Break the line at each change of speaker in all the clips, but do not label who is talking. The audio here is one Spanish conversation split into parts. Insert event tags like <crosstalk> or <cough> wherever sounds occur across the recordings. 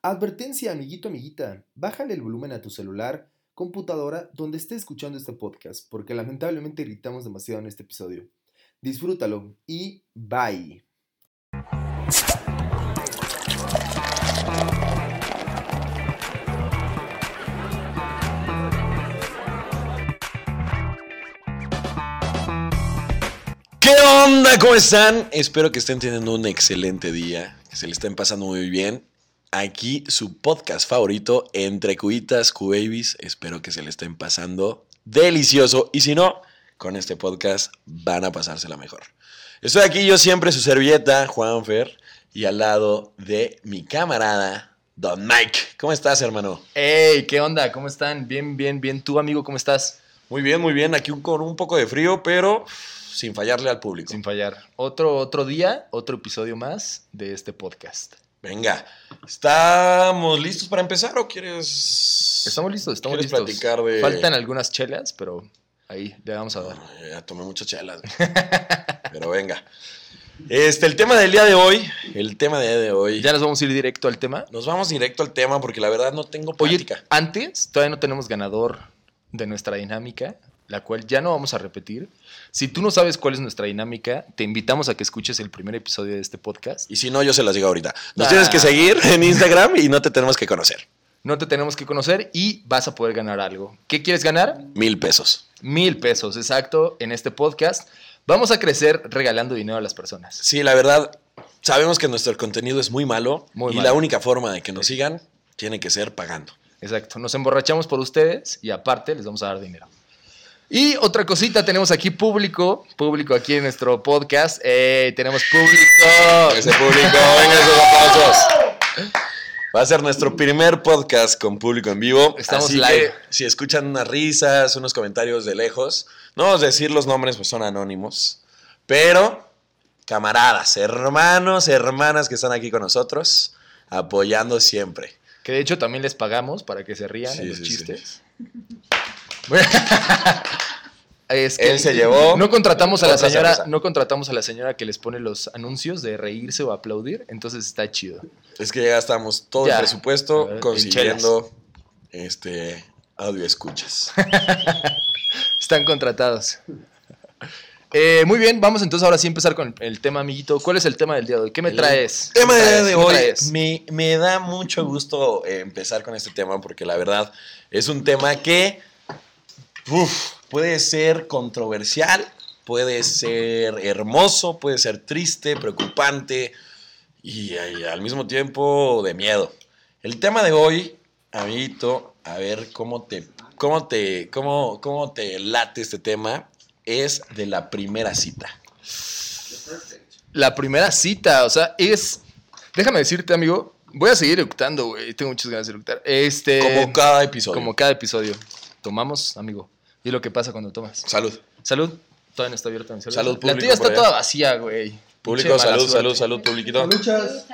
Advertencia, amiguito, amiguita, bájale el volumen a tu celular, computadora, donde esté escuchando este podcast, porque lamentablemente gritamos demasiado en este episodio. Disfrútalo y bye.
¿Qué onda? ¿Cómo están? Espero que estén teniendo un excelente día, que se le estén pasando muy bien. Aquí su podcast favorito, Entre Cuitas, Cubabies. Espero que se le estén pasando delicioso. Y si no, con este podcast van a pasársela mejor. Estoy aquí yo siempre, su servilleta, Juanfer, y al lado de mi camarada, Don Mike. ¿Cómo estás, hermano?
Hey, ¿qué onda? ¿Cómo están? Bien, bien, bien. ¿Tú, amigo, cómo estás?
Muy bien, muy bien. Aquí un- con un poco de frío, pero sin fallarle al público.
Sin fallar. Otro, otro día, otro episodio más de este podcast.
Venga, ¿estamos listos para empezar o quieres...?
Estamos listos, estamos
¿Quieres
listos.
platicar de-
Faltan algunas chelas, pero ahí le vamos a dar.
Ah, Ya tomé muchas chelas, güey. pero venga. Este, el tema del día de hoy, el tema del día de hoy.
Ya nos vamos a ir directo al tema.
Nos vamos directo al tema porque la verdad no tengo
Oye,
política.
antes todavía no tenemos ganador de nuestra dinámica, la cual ya no vamos a repetir. Si tú no sabes cuál es nuestra dinámica, te invitamos a que escuches el primer episodio de este podcast.
Y si no, yo se las digo ahorita. Nos
Ah.
tienes que seguir en Instagram y no te tenemos que conocer.
No te tenemos que conocer y vas a poder ganar algo. ¿Qué quieres ganar?
Mil pesos.
Mil pesos, exacto, en este podcast. Vamos a crecer regalando dinero a las personas.
Sí, la verdad, sabemos que nuestro contenido es muy malo
Muy
y
malo.
la única forma de que nos sigan tiene que ser pagando.
Exacto, nos emborrachamos por ustedes y aparte les vamos a dar dinero. Y otra cosita, tenemos aquí público, público aquí en nuestro podcast. ¡Ey, tenemos público!
Ese público, venga esos aplausos. Va a ser nuestro primer podcast con público en vivo.
Estamos
así
live.
que si escuchan unas risas, unos comentarios de lejos, no vamos a decir los nombres, pues son anónimos. Pero, camaradas, hermanos, hermanas que están aquí con nosotros, apoyando siempre.
Que de hecho también les pagamos para que se rían
Sí,
en los
sí, sí.
chistes. <laughs> Es que
Él se llevó
No contratamos a la
otra
señora,
cerveza.
no contratamos a la señora que les pone los anuncios de reírse o aplaudir, entonces está chido.
Es que ya estamos todo
Ya.
el presupuesto
Eh, en
consiguiendo este audio escuchas.
Están contratados. Eh, muy bien, vamos entonces ahora sí a empezar con el, el tema, amiguito. ¿Cuál es el tema del día de hoy? ¿Qué me traes?
El tema
¿Qué me
del día de
traes? ¿Qué me
hoy
traes?
me, me da mucho gusto eh, empezar con este tema porque la verdad es un tema que uf, puede ser controversial, puede ser hermoso, puede ser triste, preocupante y, eh, al mismo tiempo de miedo. El tema de hoy, amiguito, a ver cómo te, cómo te, cómo, cómo te late este tema, es de la primera cita.
La primera cita, o sea, es. Déjame decirte, amigo. Voy a seguir eructando, güey. Tengo muchas ganas de eructar. Este.
Como cada episodio.
como cada episodio. Tomamos, amigo. Y es lo que pasa cuando tomas.
Salud.
Salud. Todavía no está abierta mi celular.
Salud,
La
público, por
tuya está
allá.
toda vacía, güey.
Público,
Pinche mala
salud,
suerte.
salud, salud, publiquito.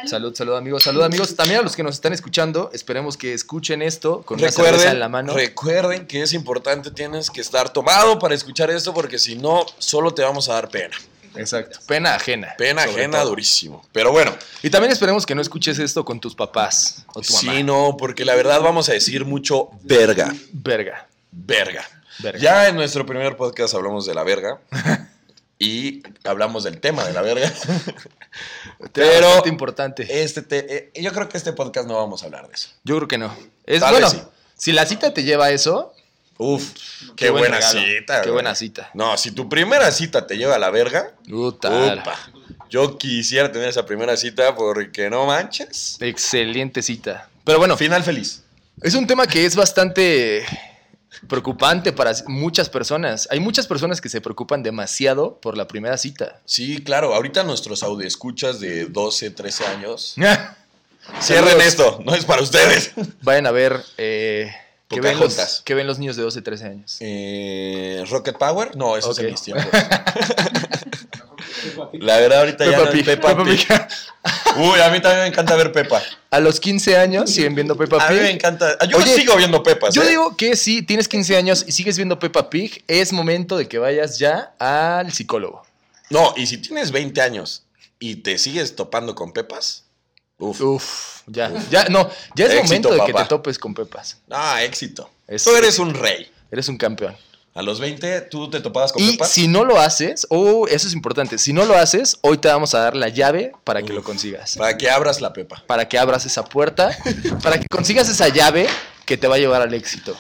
Salud, salud amigos, salud amigos. También a los que nos están escuchando, esperemos que escuchen esto con una cerveza
Recuerden,
en la mano.
recuerden que es importante, tienes que estar tomado para escuchar esto, porque si no, solo te vamos a dar pena.
Exacto. Pena ajena.
Pena
sobre
ajena
todo.
durísimo. Pero bueno,
Y también esperemos que no escuches esto con tus papás o tu mamá.
sí, no, porque la verdad vamos a decir mucho verga,
Verga.
verga.
Verga.
Ya en nuestro primer podcast hablamos de la verga <laughs> y hablamos del tema de la
<laughs>
verga. Pero-
Pero importante.
Este te- eh, yo creo que este podcast no vamos a hablar de eso.
Yo creo que no. Es
Tal
bueno.
vez sí.
Si la cita te lleva a eso,
Uf, qué,
buen
buena
regalo,
cita.
Qué
güey.
buena cita.
No, si tu primera cita te lleva a la verga,
Puta.
Upa. Yo quisiera tener esa primera cita porque no manches.
Excelente cita. Pero bueno,
Final feliz.
Es un tema que es bastante preocupante para muchas personas. Hay muchas personas que se preocupan demasiado por la primera
<laughs>
cita.
Sí, claro. Ahorita nuestros audioescuchas de 12, 13 años. Cierren esto. No es para ustedes.
Vayan a ver eh, ¿qué, ven
Pocahontas.
los, qué ven los niños de 12, 13 años.
Eh, Rocket Power. No, eso
Ok.
es en mis tiempos. <laughs> La verdad, ahorita ya no
Peppa
es
Pig.
Peppa
Peppa
Pig.
Pig.
Uy, a mí también me encanta ver Pepa.
A los 15 años siguen viendo
<laughs>
Peppa
A
Pig.
mí me encanta. Yo
Oye,
sigo viendo Pepas.
Yo
¿eh?
digo que si tienes 15 años y sigues viendo Peppa Pig, es momento de que vayas ya al psicólogo.
No, y si tienes 20 años y te sigues topando con Pepas, Uf.
Uf, ya, ya, no, ya es
Éxito,
momento de que
papá.
te topes con Pepas.
Ah, éxito.
Es-
Tú eres un rey.
Eres un campeón.
A los 20, tú te topabas con
Y
Pepas.
si no lo haces, oh, eso es importante, si no lo haces, hoy te vamos a dar la llave para que
Uf.
lo consigas.
Para que abras la pepa.
Para que abras
<laughs>
esa puerta, para que consigas esa llave que te va a llevar al éxito.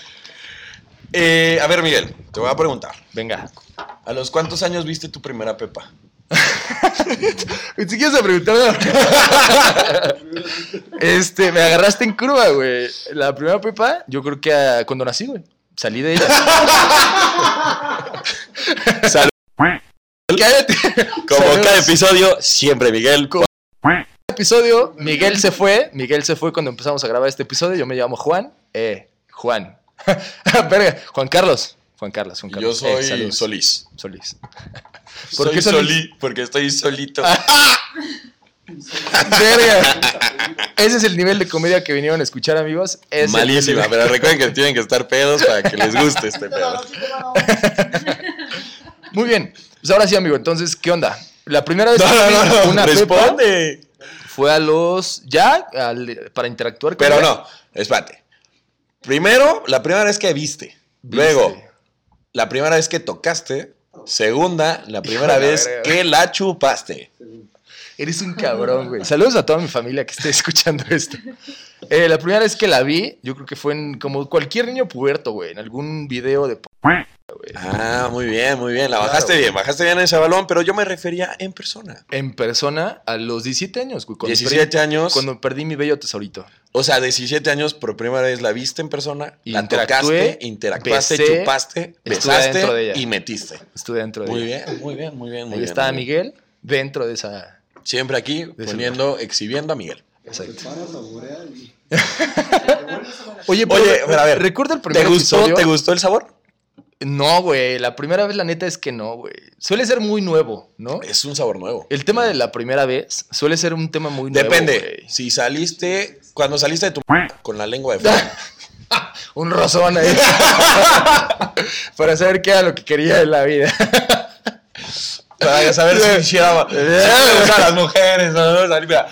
Eh, a ver, Miguel, te voy a preguntar.
Venga.
¿A los cuántos años viste tu primera pepa?
Ni siquiera
<laughs>
se preguntaron. este, me agarraste en curva, güey. La primera pepa, yo creo que ah, cuando nací, güey. Salí
<laughs>
de ella. Salud. <laughs> Cállate. Saludos.
episodio, siempre Miguel.
episodio, Miguel se fue. Miguel se fue cuando empezamos a grabar este episodio. Yo me llamo Juan. Eh, Juan. <laughs> Verga, Juan Carlos. Juan Carlos, Juan
Y yo
Carlos. Eh,
soy
saludos.
Solís.
Solís. ¿Por
¿Por
qué Solís? Ah,
Solí? Porque estoy solito.
Verga. Ese es el nivel de comedia que vinieron a escuchar, amigos. Ese Es el
Malísima,
nivel.
pero recuerden que tienen que estar pedos para que les guste
<laughs>
este pedo.
Muy bien. Pues ahora sí, amigo. Entonces, ¿qué onda? La primera vez
No,
que
no,
fui
no,
una pepa
responde.
fue a los. Ya, al- para interactuar con
Pero
ella.
no, espérate. Primero, la primera vez que viste.
Viste.
Luego, la primera vez que tocaste. Segunda, la primera
Hijo de la
vez
verga.
que la chupaste.
Eres un cabrón, güey. Saludos a toda mi familia que esté escuchando esto. Eh, la primera vez que la vi, yo creo que fue en como cualquier niño puberto, güey. En algún video de. po-
Ah, muy bien, muy bien. La
Claro.
bajaste bien, bajaste bien ese balón, pero yo me refería en persona.
En persona a los 17 años, güey. cuando perdí-
17 años.
Cuando perdí mi bello tesorito.
O sea, 17 años por primera vez la viste en persona, la
Interactué,
tocaste, interactuaste,
besé,
chupaste,
estuve adentro de
besaste
ella.
y metiste.
Estuve dentro de
Muy
ella.
bien, muy bien, muy bien. Muy
Ahí
bien,
está
muy bien.
Miguel dentro de esa.
Siempre aquí poniendo, exhibiendo a Miguel.
Exacto.
Exacto.
<laughs> Oye,
Oye, pero a ver,
Recuerdo el primer
¿Te gustó,
episodio.
¿Te gustó el sabor?
No, güey. La primera vez, la neta es que no, güey. Suele ser muy nuevo, ¿no?
Es un sabor nuevo.
El tema de la primera vez suele ser un tema muy nuevo.
Depende.
güey.
si saliste, cuando saliste de tu m- con la lengua de
<laughs>
fuera.
un rozón ahí. <laughs> Para saber qué era lo que quería en la vida. <laughs>
para saber si hiciera si le gustan las mujeres. ¿no? Salí, mira.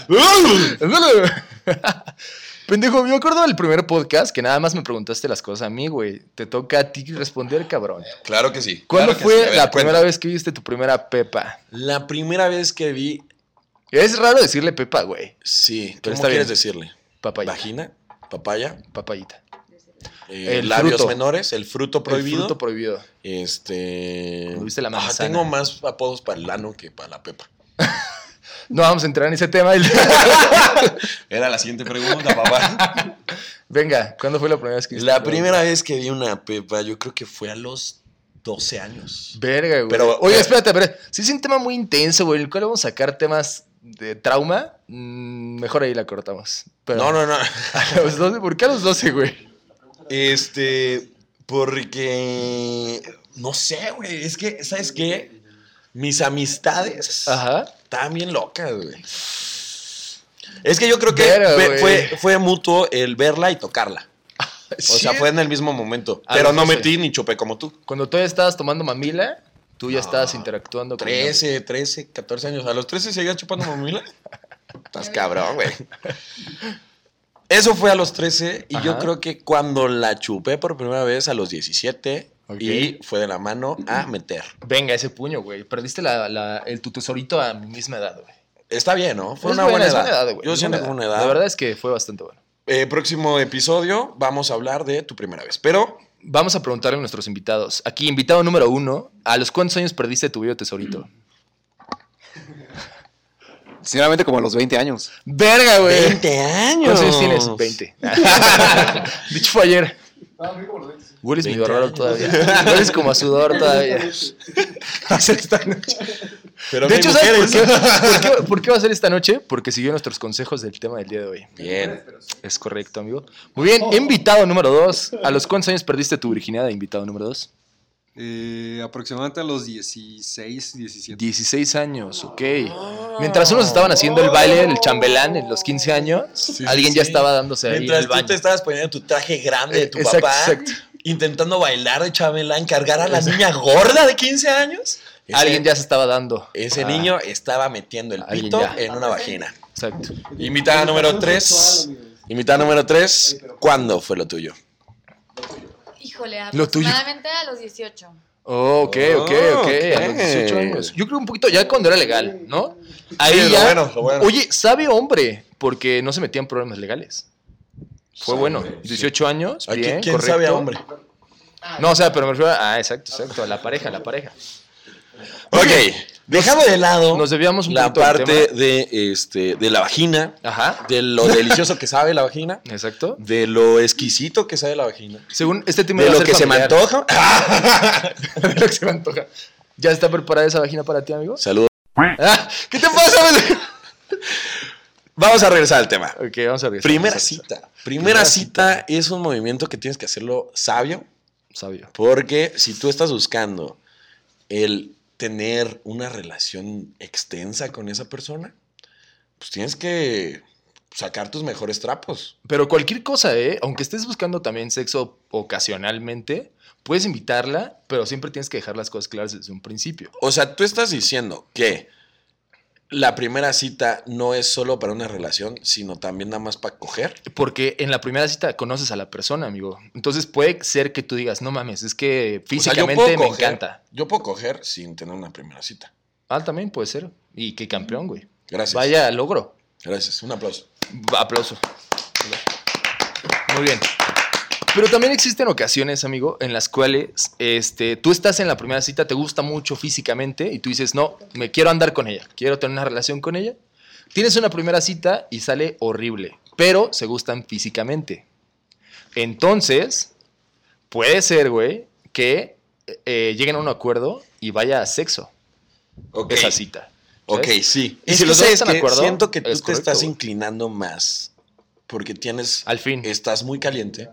Pendejo, yo acuerdo del primer podcast que nada más me preguntaste las cosas a mí, güey. Te toca a ti responder, cabrón.
Claro que sí.
¿Cuándo
claro que
fue
sí. A ver,
la
cuenta.
primera vez que viste tu primera pepa?
La primera vez que vi,
Es raro decirle pepa, güey.
sí, ¿cómo
Pero está
quieres
bien.
decirle?
Papayita.
Vagina, papaya,
Papayita.
eh,
El
labios
fruto.
menores, el fruto prohibido.
El fruto prohibido.
Este.
Cuando viste la
Ah,
manzana.
tengo más apodos para el ano que para la pepa.
No vamos a entrar en ese tema. <laughs>
Era la siguiente pregunta,
<laughs>
papá.
Venga, ¿cuándo fue la primera vez que viste
la
tu
primera vez que vi una pepa, yo creo que fue a los 12 años.
Verga, güey.
Pero- eh,
Oye,
pero-
espérate, pero si es un tema muy intenso, güey, el cual vamos a sacar temas de trauma, mm, mejor ahí la cortamos. Pero,
No, no, no.
<laughs> A los 12, ¿Por qué a los 12, güey?
Este. Porque. No sé, güey. Es que, ¿sabes qué? Mis amistades.
Ajá.
Estaban bien locas, güey. Es que yo creo que
Pero,
fue-
güey.
fue, fue mutuo el verla y tocarla. O sea, fue en el mismo momento.
A
pero
los
no
12.
metí ni chupé como tú.
Cuando todavía estabas tomando mamila, tú ya
No,
estabas interactuando con...
13, 13, 14 años. ¿A los 13 seguías chupando
<laughs>
mamila? Estás cabrón, güey. Eso fue a los 13 y yo
Ajá.
creo que cuando la chupé por primera vez a los 17
Ok.
y fue de la mano a meter.
Venga, ese puño, güey. Perdiste la, la- el, tu tesorito a mi misma edad, güey.
Está bien, ¿no? Fue
Es
una buena,
es
edad.
güey.
Yo
Es
siento que
buena
fue una edad.
La verdad es que fue bastante bueno.
Eh, próximo episodio vamos a hablar de tu primera vez. Pero
Vamos a preguntarle a nuestros invitados. Aquí, invitado número uno, ¿a los cuántos años perdiste tu video tesorito?
Sinceramente, como a los 20 años.
Verga, güey.
20 años.
¿Cuántos años tienes? <laughs> 20. Dicho fue ayer. Hueles medio
20
raro
años.
todavía. Hueles como a sudor todavía. <laughs> Va a ser esta noche.
Pero
De
mi
hecho,
mujer
¿sabes por
es-
qué? por qué?
<laughs>
por qué va a ser esta noche? Porque siguió nuestros consejos del tema del día de hoy.
Bien.
Es correcto, amigo. Muy bien, invitado número dos. ¿A los cuántos años perdiste tu virginidad de invitado número dos?
Eh, aproximadamente a los 16, 17.
16 años, ok. Mientras unos estaban haciendo el baile del chambelán en los 15 años, alguien ya
sí.
estaba dándose ahí en
Mientras
el
tú
baño. Eh,
te estabas poniendo tu traje grande de tu
Exacto,
papá,
exacto.
intentando bailar de chambelán, cargar a la niña gorda de 15 años. Ese-
Alguien ya se estaba dando.
Ese
Ah,
niño estaba metiendo el
Alguien
pito
ya.
en una vagina.
Exacto.
Invitada número 3. Invitada número 3. ¿Cuándo fue lo tuyo?
Híjole,
Lo tuyo.
aproximadamente a los 18.
Oh, ok, ok,
Oh,
ok. A los 18
ok.
años. Yo creo un poquito ya cuando era legal, ¿no? Ahí
Sí, lo
ya.
bueno, lo bueno.
Oye, sabe hombre, porque no se metían problemas legales. Fue
Sabe,
bueno.
sí.
18 años.
Aquí,
bien,
¿Quién sabe a
correcto.
hombre?
No, o sea, pero me refiero a. Ah, exacto, exacto. A la pareja, a la pareja.
Ok, dejando de lado
Nos debíamos un
la
poquito del
parte
tema.
de, este, de la vagina,
Ajá.
de lo delicioso que sabe la vagina,
Exacto.
de lo exquisito que sabe la vagina,
Según este tema
de
iba a
lo
ser
que se me
familiar.
antoja.
<laughs>
<laughs>
de lo que se me antoja. ¿Ya está preparada esa vagina para
<laughs>
ti, amigo?
Saludos.
Ah, ¿Qué te pasa? güey?
Vamos a regresar al tema.
ok, vamos a
Primera
regresar. Vamos a regresar.
cita. Primera cita es un movimiento que tienes que hacerlo sabio,
Sabio.
porque si tú estás buscando el tener una relación extensa con esa persona, pues tienes que sacar tus mejores trapos.
Pero cualquier cosa, ¿eh? Aunque estés buscando también sexo ocasionalmente, puedes invitarla, pero siempre tienes que dejar las cosas claras desde un principio.
O sea, tú estás diciendo que la primera cita no es solo para una relación, sino también nada más para coger.
Porque en la primera cita conoces a la persona, amigo. Entonces puede ser que tú digas, no mames, es que
O sea,
físicamente me
coger-
encanta.
Yo puedo coger sin tener una primera cita.
Ah, también puede ser. Y qué campeón, güey.
Gracias.
Vaya logro.
Gracias. Un aplauso.
Aplauso. Muy bien. Pero también existen ocasiones, amigo, en las cuales este, tú estás en la primera cita, te gusta mucho físicamente y tú dices, no, me quiero andar con ella, quiero tener una relación con ella. Tienes una primera cita y sale horrible, pero se gustan físicamente. Entonces, puede ser, güey, que eh, lleguen a un acuerdo y vaya a sexo
Ok.
esa cita.
Ok,
¿sabes?
sí.
Y si los dos
¿sabes
están
qué?
de acuerdo,
siento que tú
es
te
correcto,
estás
güey.
inclinando más porque tienes,
Al fin,
estás muy caliente,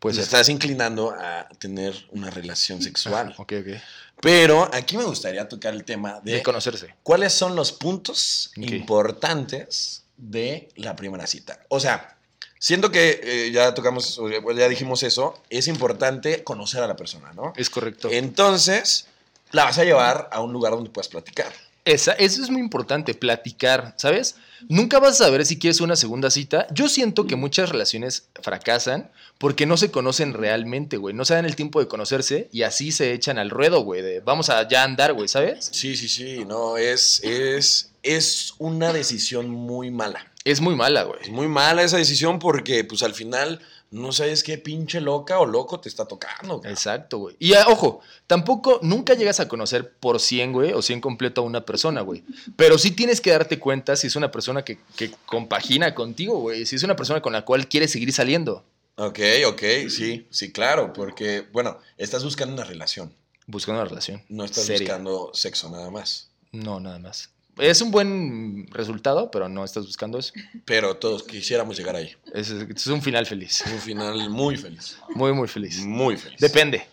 pues
pues estás inclinando a tener una relación sexual.
Ok, ok.
Pero aquí me gustaría tocar el tema de
De conocerse.
cuáles son los puntos
Ok.
importantes de la primera cita. O sea, siento que eh, ya tocamos, o ya- ya dijimos eso, es importante conocer a la persona, ¿no?
Es correcto.
Entonces, la vas a llevar a un lugar donde puedas platicar.
Esa- eso es muy importante, platicar, ¿sabes? Nunca vas a saber si quieres una segunda cita. Yo siento que muchas relaciones fracasan porque no se conocen realmente, güey. No se dan el tiempo de conocerse y así se echan al ruedo, güey. de vamos a ya andar, güey, ¿sabes?
Sí, sí, sí, no, es, es, es una decisión muy mala.
Es muy mala,
Es
güey.
muy mala esa decisión porque pues al final no sabes qué pinche loca o loco te está tocando. güey.
Exacto, güey. Y ah, ojo, tampoco nunca llegas a conocer por 100, güey, o 100 completo a una persona, güey. Pero sí tienes que darte cuenta si es una persona que, que compagina contigo, güey. Si es una persona con la cual quieres seguir saliendo.
Ok, ok, sí, sí, claro, porque bueno, estás buscando una relación,
Buscando una relación.
no estás
seria.
buscando sexo nada más.
No, nada más. Es un buen resultado, pero no estás buscando eso.
Pero todos quisiéramos llegar ahí.
Es, es un final feliz.
Un final muy feliz.
Muy, muy feliz.
Muy feliz.
Depende.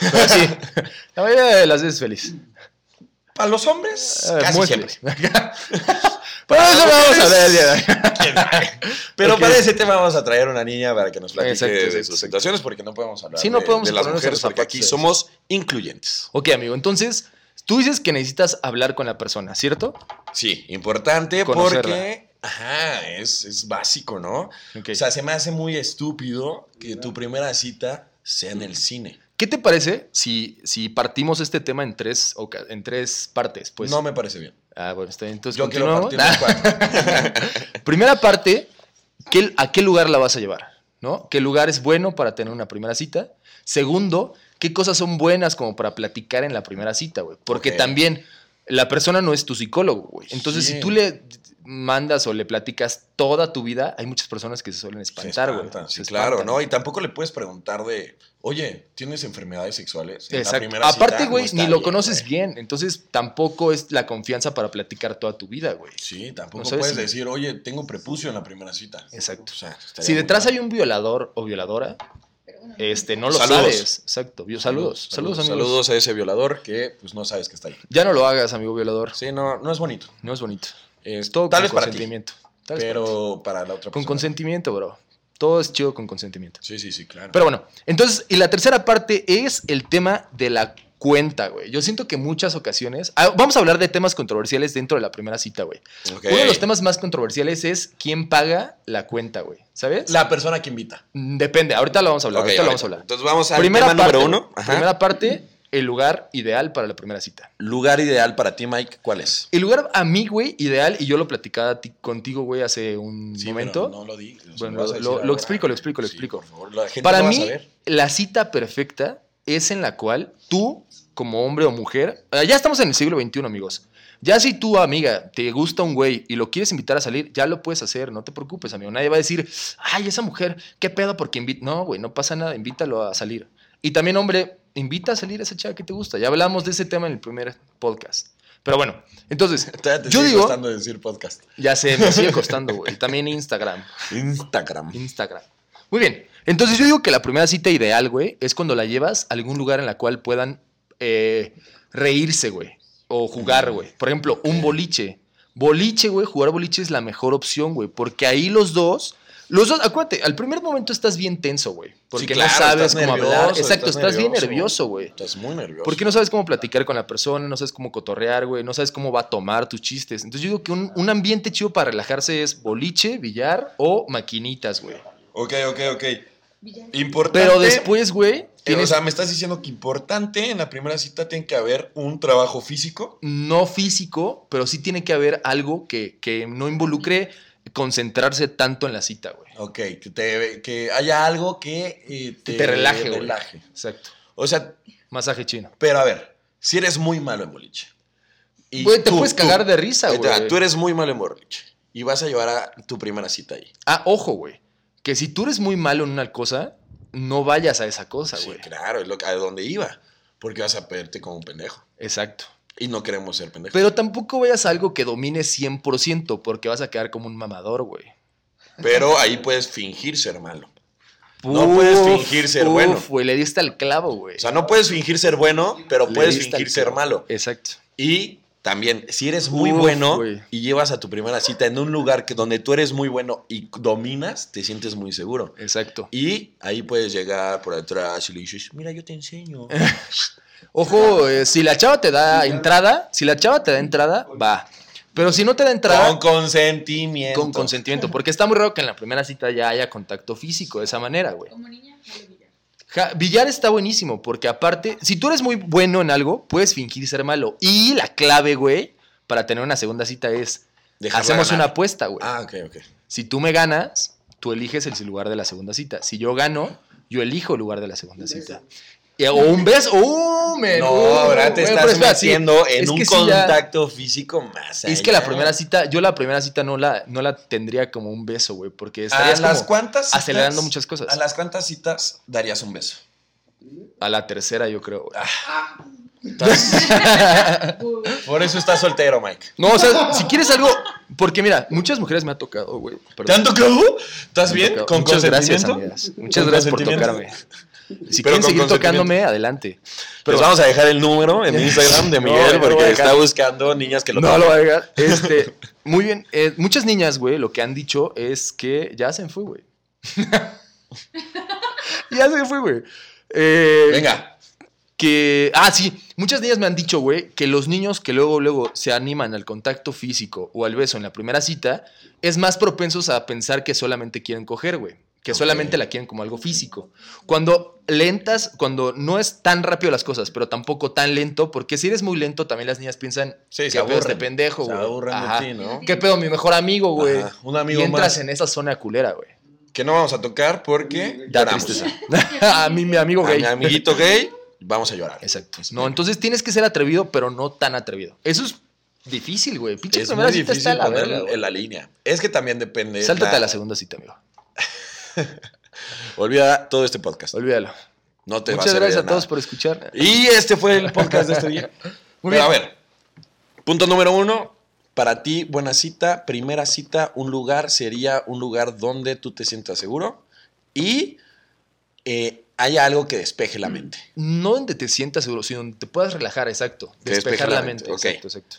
Pero sí, la mayoría de las veces feliz.
Para los hombres,
Eh,
casi
muy
siempre.
feliz. <laughs> Pero eso lo vamos a hablar el día de hoy.
pues, ¿Quién sabe? Pero
Ok.
para ese tema vamos a traer una niña para que nos platique
Exacto,
de
exacto,
sus
exacto.
situaciones porque no podemos hablar
Sí, no
de,
podemos
de las
ponernos en
mujeres
los
porque
zapatos
aquí
de
somos incluyentes.
Ok, amigo, entonces tú dices que necesitas hablar con la persona, ¿cierto?
Sí, importante
Conocerla.
porque ajá, es, es básico, ¿no?
Ok.
O sea, se me hace muy estúpido que tu primera cita sea en el cine.
¿Qué te parece si, si partimos este tema en tres, oca- en tres partes? Pues,
no me parece bien.
Ah, bueno, está bien. Entonces,
Yo quiero
continuamos.
partir en cuatro.
<laughs> Primera parte, ¿qué- ¿a qué lugar la vas a llevar? ¿No? ¿Qué lugar es bueno para tener una primera cita? Segundo, ¿qué cosas son buenas como para platicar en la primera cita, güey? Porque
Ok.
también la persona no es tu psicólogo, güey. Entonces,
Sí.
si tú le mandas o le platicas toda tu vida, hay muchas personas que se suelen
Se
espantar, güey.
espantan, sí,
Se
claro,
espantan.
¿no? Y tampoco le puedes preguntar de, oye, ¿tienes enfermedades sexuales? En la
Exacto.
primera cita
Aparte,
no
güey,
está
ni lo
bien,
conoces
güey.
bien. Entonces, tampoco es la confianza para platicar toda tu vida, güey.
Sí, tampoco
No sabes
puedes
si-
decir, oye, tengo prepucio en la primera cita.
Exacto.
O sea, estaría
Si
muy
detrás
mal.
hay un violador o violadora, este, no lo
Saludos.
sabes. Exacto. Saludos, saludos, saludos, amigos.
Saludos a ese violador que pues no sabes que está ahí.
Ya no lo hagas, amigo violador.
Sí, no, no es bonito.
No es bonito.
Es
Todo
tal
con
vez para ti,
consentimiento. Tal vez para ti.
pero para la otra
con
persona.
consentimiento, bro. Todo es chido con consentimiento.
Sí, sí, sí, claro.
Pero bueno, entonces, y la tercera parte es el tema de la cuenta, güey. Yo siento que muchas ocasiones. Ah, Vamos a hablar de temas controversiales dentro de la primera cita, güey.
Ok.
Uno de los temas más controversiales es quién paga la cuenta, güey. ¿Sabes?
La persona que invita.
Mm, Depende, ahorita lo vamos a hablar.
Ok,
ahorita lo
a ver,
vamos a hablar.
Entonces vamos al
Primera
tema
parte,
número uno. Ajá.
primera parte, el lugar ideal para la primera cita.
Lugar ideal para ti, Mike, ¿cuál es?
El lugar a mí, güey, ideal, y yo lo platicaba a ti- contigo, güey, hace un momento.
no lo di.
Bueno, lo- lo- lo explico, lo explico, lo explico.
para
Para
mí,
mí, la cita perfecta es en la cual tú, como hombre o mujer, eh, ya estamos en el siglo XXI, amigos. Ya si tú, amiga, te gusta un güey y lo quieres invitar a salir, ya lo puedes hacer, no te preocupes, amigo. Nadie va a decir, ay, esa mujer, qué pedo porque invita. No, güey, no pasa nada, invítalo a salir. Y también, hombre, invita a salir a esa chava que te gusta. Ya hablamos de ese tema en el primer podcast. Pero bueno, entonces, yo digo,
Gustando decir podcast.
ya sé, me sigue <laughs> costando, güey. También Instagram.
Instagram.
Instagram. Muy bien. Entonces yo digo que la primera cita ideal, güey, es cuando la llevas a algún lugar en la cual puedan eh, reírse, güey. O jugar, güey. Por ejemplo, un boliche. Boliche, güey, jugar boliche es la mejor opción, güey. Porque ahí los dos... Los dos, acuérdate, al primer momento estás bien tenso, güey. Porque
claro,
no sabes
estás
cómo hablar.
nervioso,
Exacto,
estás
estás, bien
nervioso.
nervioso, güey.
Estás muy nervioso.
Porque no sabes cómo platicar con la persona, no sabes cómo cotorrear, güey, no sabes cómo va a tomar tus chistes. Entonces yo digo que un, un ambiente chido para relajarse es boliche, billar o maquinitas, güey.
Ok, ok, ok.
Villano.
Importante.
Pero después, güey,
eh, O
tienes
sea, me estás diciendo que importante en la primera cita tiene que haber un trabajo físico.
no físico, pero sí tiene que haber algo que, que no involucre concentrarse tanto en la cita, güey.
Ok, que, te- que haya algo que eh, te,
te relaje, güey.
relaje.
Exacto.
O sea,
Masaje chino.
pero a ver, si eres muy malo en boliche. Y
Güey, te
tú-
puedes
tú-
cagar de risa,
Ahí te va,
güey.
Tú eres muy malo en boliche. Y vas a llevar a tu primera cita ahí.
Ah, ojo, güey. Que si tú eres muy malo en una cosa, no vayas a esa cosa,
Sí,
güey.
claro, es lo, que- a donde iba. Porque vas a perderte como un pendejo.
Exacto.
Y no queremos ser pendejos.
Pero tampoco vayas a algo que domine 100% porque vas a quedar como un mamador, güey.
Pero ahí puedes fingir ser malo. No puedes fingir ser bueno.
Uf, güey, le diste al clavo, güey.
O sea, no puedes fingir ser bueno, pero
Le
puedes
diste al
fingir ser
clavo.
malo.
Exacto.
Y también, si eres muy
Uf,
bueno
güey.
y llevas a tu primera cita en un lugar que donde tú eres muy bueno y dominas, te sientes muy seguro.
Exacto.
Y ahí puedes llegar por atrás y le dices, mira, yo te
<laughs>
enseño.
Ojo, eh, si la chava te da entrada, si la chava te da entrada, va. Pero si no te da
Con
entrada,
consentimiento.
con consentimiento. Porque está muy raro que en la primera cita ya haya contacto físico de esa manera, güey.
Como niña, no lo diga.
Ja, billar está buenísimo, porque aparte, si tú eres muy bueno en algo, puedes fingir ser malo. Y la clave, güey, para tener una segunda cita es,
Dejarla
hacemos
ganar.
una apuesta, güey.
Ah, ok, ok.
Si tú me ganas, tú eliges el lugar de la segunda cita. Si yo gano, yo elijo el lugar de la segunda cita. Y- O un beso. ¡Uh, men!
No,
Uh,
ahora te
güey,
estás
pero espera, sí.
metiendo en
Es
un
que sí, ya-
contacto físico más
Es que la
allá.
primera cita, yo la primera cita no la, no la tendría como un beso, güey, porque
¿A
estarías
las
como
cuantas citas-
acelerando muchas cosas.
¿A las cuantas citas darías un beso?
A la tercera, yo creo. güey.
<laughs> Por eso estás soltero, Mike.
No, o sea, si quieres algo, porque mira, muchas mujeres me ha tocado, güey. perdón.
¿Te han tocado? ¿Estás
Me han
bien?
tocado.
¿Con
Muchas gracias,
consentimiento?
amigas. Muchas
¿Con
gracias por
consentimiento?
tocarme. Si
Pero
quieren
con
seguir
consentimiento.
tocándome, adelante.
Pero
Pero
vamos a dejar el número en Instagram de
<laughs> No,
Miguel
no lo voy
porque
a dejar.
está buscando niñas que lo
no
toquen.
lo voy a
<laughs>
dejar. Este, muy bien. eh, muchas niñas, güey, lo que han dicho es que ya se fue, güey. <laughs> ya se fue, güey. Eh,
Venga,
que. Ah, sí. Muchas niñas me han dicho, güey, que los niños que luego, luego se animan al contacto físico o al beso en la primera cita es más propensos a pensar que solamente quieren coger, güey. Que
Ok.
solamente la quieren como algo físico. Cuando lentas, cuando no es tan rápido las cosas, pero tampoco tan lento, porque si eres muy lento, también las niñas piensan
Sí, se
que aburres de
aburren.
pendejo,
se
güey.
aburren
Ajá.
de ti, ¿no?
¿Qué pedo, mi mejor amigo, güey?
Ajá, Un amigo
y entras
más
en esa zona culera, güey. <laughs>
que no vamos a tocar porque
Da
lloramos.
tristeza. a mí, mi amigo
A
gay.
mi amiguito gay, vamos a llorar.
Exacto. No, entonces tienes que ser atrevido, pero no tan atrevido. Eso es difícil, güey. Pinche
Es muy
primera cita
difícil
está a la
poner
verga. güey.
en la línea. Es que también depende.
Sáltate
la-
a la segunda cita, amigo.
Olvida todo este podcast.
Olvídalo.
No te va a
Muchas
servir
gracias
de
a todos
nada.
por escuchar.
Y este fue el podcast de este día.
<laughs>
Pero
Muy bien.
a ver, punto número uno. Para ti, buena cita, primera cita, un lugar sería un lugar donde tú te sientas seguro y eh, haya algo que despeje
Mm.
la mente.
No donde te sientas seguro, sino donde te puedas relajar, exacto.
Que despeje
Despejar
la
la
mente,
mente.
ok.
Exacto, exacto.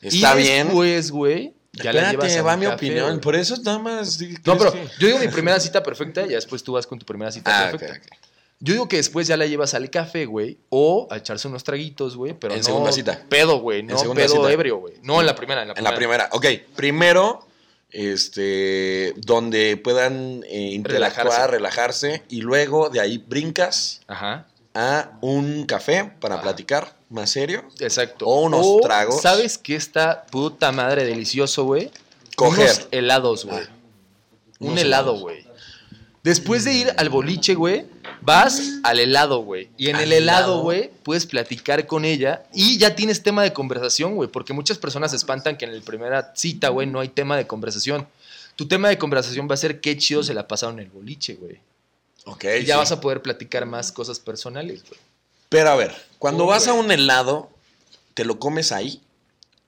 Está
y
bien.
Después, güey, ya la
Espérate,
llevas a
va
un
mi
café,
opinión.
güey.
Por eso nada más.
No, pero
¿crees que-
yo digo mi primera cita perfecta y ya después tú vas con tu primera cita
Ah, ok,
perfecta.
ok.
Yo digo que después ya la llevas al café, güey, o a echarse unos traguitos, güey, pero
En
no
segunda cita.
pedo, güey, no
segunda
pedo
cita.
ebrio, güey. No en la primera, en la
En
primera.
la primera, ok. Primero, este, donde puedan eh, interactuar, relajarse. y luego de ahí brincas
Ajá,
a un café para
Ajá.
platicar más serio.
exacto.
O unos tragos.
¿Sabes qué está puta madre delicioso, güey?
Coger. Ah.
Unos helados, güey. Un
Unos
helado,
helados.
güey. Después de ir al boliche, güey, vas al helado, güey. Y en
Al
el helado,
helado.
güey, puedes platicar con ella y ya tienes tema de conversación, güey. Porque muchas personas se espantan que en la primera cita, güey, no hay tema de conversación. Tu tema de conversación va a ser qué chido se la pasaron en el boliche, güey.
Ok.
Y ya
sí.
vas a poder platicar más cosas personales, güey.
Pero a ver, cuando
Oh,
vas a
güey.
un helado, ¿te lo comes ahí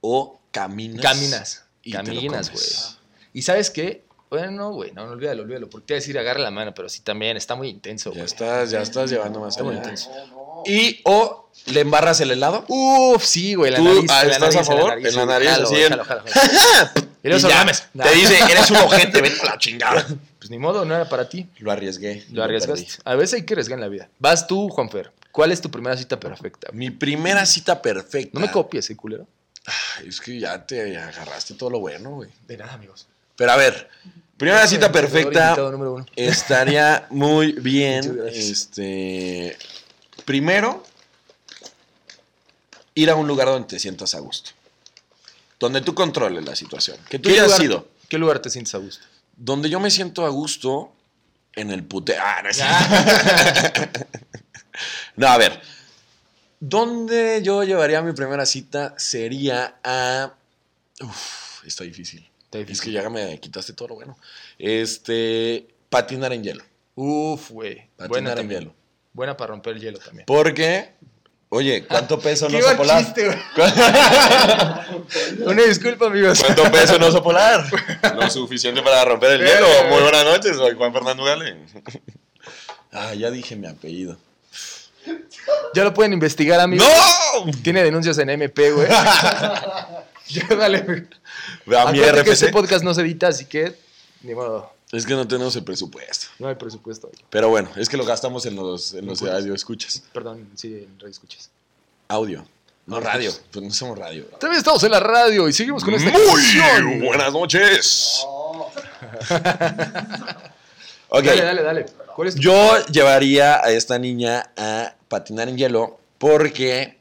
o caminas?
Caminas.
y te lo
caminas, güey.
comes.
¿Y sabes qué? Bueno, güey, no, no, olvídalo, olvídalo. Porque te iba a decir agarra la mano, pero sí también, está muy intenso,
Ya
güey.
estás, ya estás llevando más
Está muy
allá.
intenso.
Y o le embarras el helado.
Uf, sí, güey, la
¿Tú,
nariz.
ah,
la
estás a
nariz,
favor?
La nariz,
En la
güey.
nariz,
Jalo,
así
güey,
en- <laughs>
jalo, jalo, jalo. Y luego
y
se lo
ya,
lames.
Te dice, eres un
<laughs>
ojete, vete a la chingada.
Pues ni modo, no era para ti.
Lo arriesgué.
Lo arriesgaste. A veces hay que arriesgar en la vida. Vas tú, Juanfer. ¿Cuál es tu primera cita perfecta?
Mi primera cita perfecta.
No me copies, eh, culero.
Es que ya te agarraste todo lo bueno, güey.
De nada, amigos.
Pero a ver, primera cita
Invitado
perfecta
número uno.
estaría muy bien.
<laughs> Muchas gracias.
Este. Primero, ir a un lugar donde te sientas a gusto. Donde tú controles la situación. Que tú ya has
lugar-
ido.
¿Qué lugar te sientes a gusto?
<laughs> Donde yo me siento a gusto en el pute. Ah, no es cierto. No, a ver. ¿Dónde yo llevaría mi primera cita? Sería a. Uf, está difícil.
Está
Es que
difícil.
ya me quitaste todo lo bueno. Este. Patinar en hielo.
Uf, güey. Buena
Patinar en
también.
hielo.
Buena para romper el hielo también.
Porque. Oye, ¿cuánto peso no oso
buen
polar?
<laughs> chiste, güey.
<laughs>
<laughs> Una disculpa, amigos.
¿Cuánto peso no oso <laughs> polar? Lo suficiente para romper el hielo.
Eh.
Muy buenas noches, soy Juan Fernando Gale. <laughs> Ah, ya dije mi apellido.
Ya lo pueden investigar, amigos.
¡No!
Tiene denuncias en MP, güey. <laughs> ya dale, güey.
A mi
Acuérdate que este
RFC.
podcast no se edita, así que ni modo,
Es que no tenemos el presupuesto.
no hay presupuesto.
Pero bueno, es que lo gastamos en los, en los audio escuchas.
Perdón, sí, en radio escuchas.
Audio. No radio. Pues no somos radio.
También estamos en la radio y seguimos con esta
Muy
canción.
buenas
<laughs>
noches. ok.
Dale, dale, dale. ¿Cuál es tu-
Yo llevaría a esta niña a patinar en hielo porque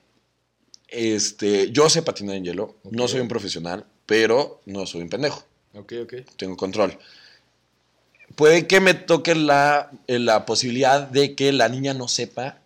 este, yo sé patinar en hielo. No
Ok.
soy un profesional, pero no soy un pendejo.
Ok, ok.
tengo control. Puede que me toque la, eh, la posibilidad de que la niña no sepa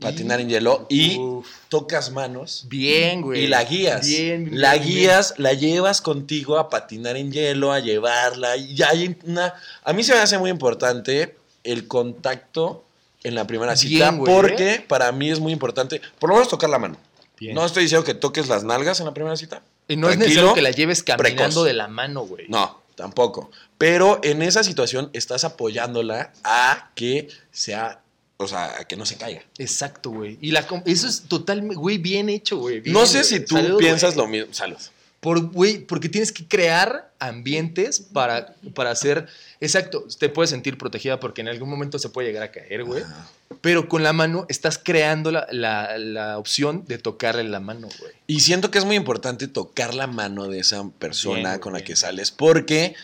patinar en hielo y
Uf.
tocas manos
Bien, güey.
y la guías.
Pues, Bien, bien,
la
bien.
guías, la llevas contigo a patinar en hielo, a llevarla. Y ya hay una. A mí se me hace muy importante el contacto en la primera cita
Bien, güey, ¿eh?
porque para mí es muy importante, por lo menos tocar la mano.
Bien.
No estoy diciendo que toques las nalgas en la primera cita.
y no es
Tranquilo,
necesario que la lleves caminando
precoz.
de la mano, güey.
No, tampoco. Pero en esa situación estás apoyándola a que sea, o sea, a que no se caiga.
Exacto, güey. Y la com- eso es totalmente, güey, bien hecho, güey. bien,
No sé
güey.
si tú
Salud,
piensas
güey.
lo mismo. Salud.
Por, güey, porque tienes que crear ambientes para, para hacer. Exacto, te puedes sentir protegida porque en algún momento se puede llegar a caer, güey.
Ajá.
Pero con la mano estás creando la, la- la opción de tocarle la mano, güey.
Y siento que es muy importante tocar la mano de esa persona
Bien,
con la
bien.
que sales porque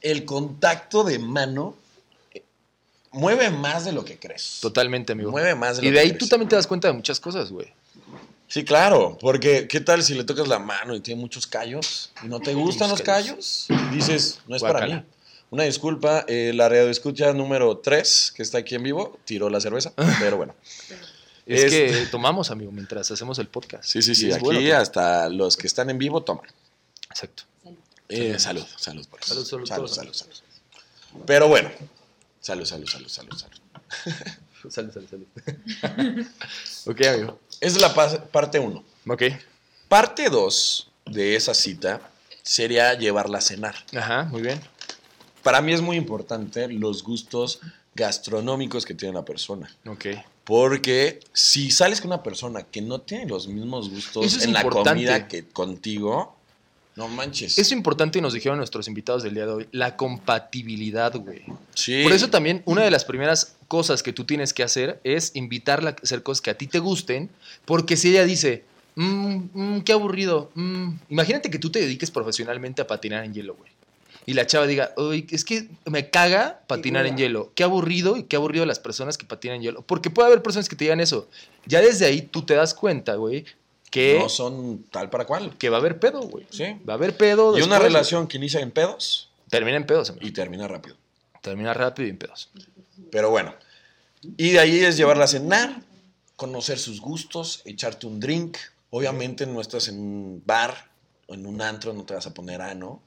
el contacto de mano eh, mueve más de lo que crees.
Totalmente, amigo.
Mueve más de lo
y de
que
ahí
crees.
tú también te das cuenta de muchas cosas, güey.
Sí, claro, porque ¿qué tal si le tocas la mano y tiene muchos callos? ¿Y no te gustan los
Muchos
callos? Y dices, no es para
Guácala.
mí. Una disculpa, eh, la radio escucha número 3, que está aquí en vivo, tiró la <laughs> cerveza, pero bueno.
Es
Este-
que tomamos, amigo, mientras hacemos el podcast.
Sí, sí,
Y
sí,
es
aquí
bueno, pero-
hasta los que están en vivo toman.
Exacto.
Eh, salud, salud, por eso.
Salud, salud,
salud,
todos.
salud, salud. Pero bueno, salud, salud, salud, salud, salud.
Salud, salud, salud. <laughs> ok, amigo.
Esa es la pa- parte 1.
Ok.
Parte 2 de esa cita sería llevarla a cenar.
Ajá, muy bien.
Para mí es muy importante los gustos gastronómicos que tiene la persona.
Ok.
Porque si sales con una persona que no tiene los mismos gustos
Eso es
en la
importante.
comida que contigo, No manches.
Es importante y nos dijeron nuestros invitados del día de hoy, la compatibilidad, güey.
Sí.
Por eso también una de las primeras cosas que tú tienes que hacer es invitarla a hacer cosas que a ti te gusten, porque si ella dice, "Mm, mm, qué aburrido, mm", imagínate que tú te dediques profesionalmente a patinar en hielo, güey. Y la chava diga, uy, es que me caga patinar en hielo. Qué aburrido y qué aburrido las personas que patinan en hielo. Porque puede haber personas que te digan eso. Ya desde ahí tú te das cuenta, güey, que,
No son tal para cual.
que va a haber pedo, güey.
Sí.
Va a haber pedo.
Y una
después,
relación que inicia en pedos
güey. Termina en pedos, amigo.
y termina rápido.
Termina rápido y en pedos.
Pero bueno. Y de ahí es llevarla a cenar, conocer sus gustos, echarte un drink. Obviamente no estás en un bar o en un antro, no te vas a poner a, ¿no?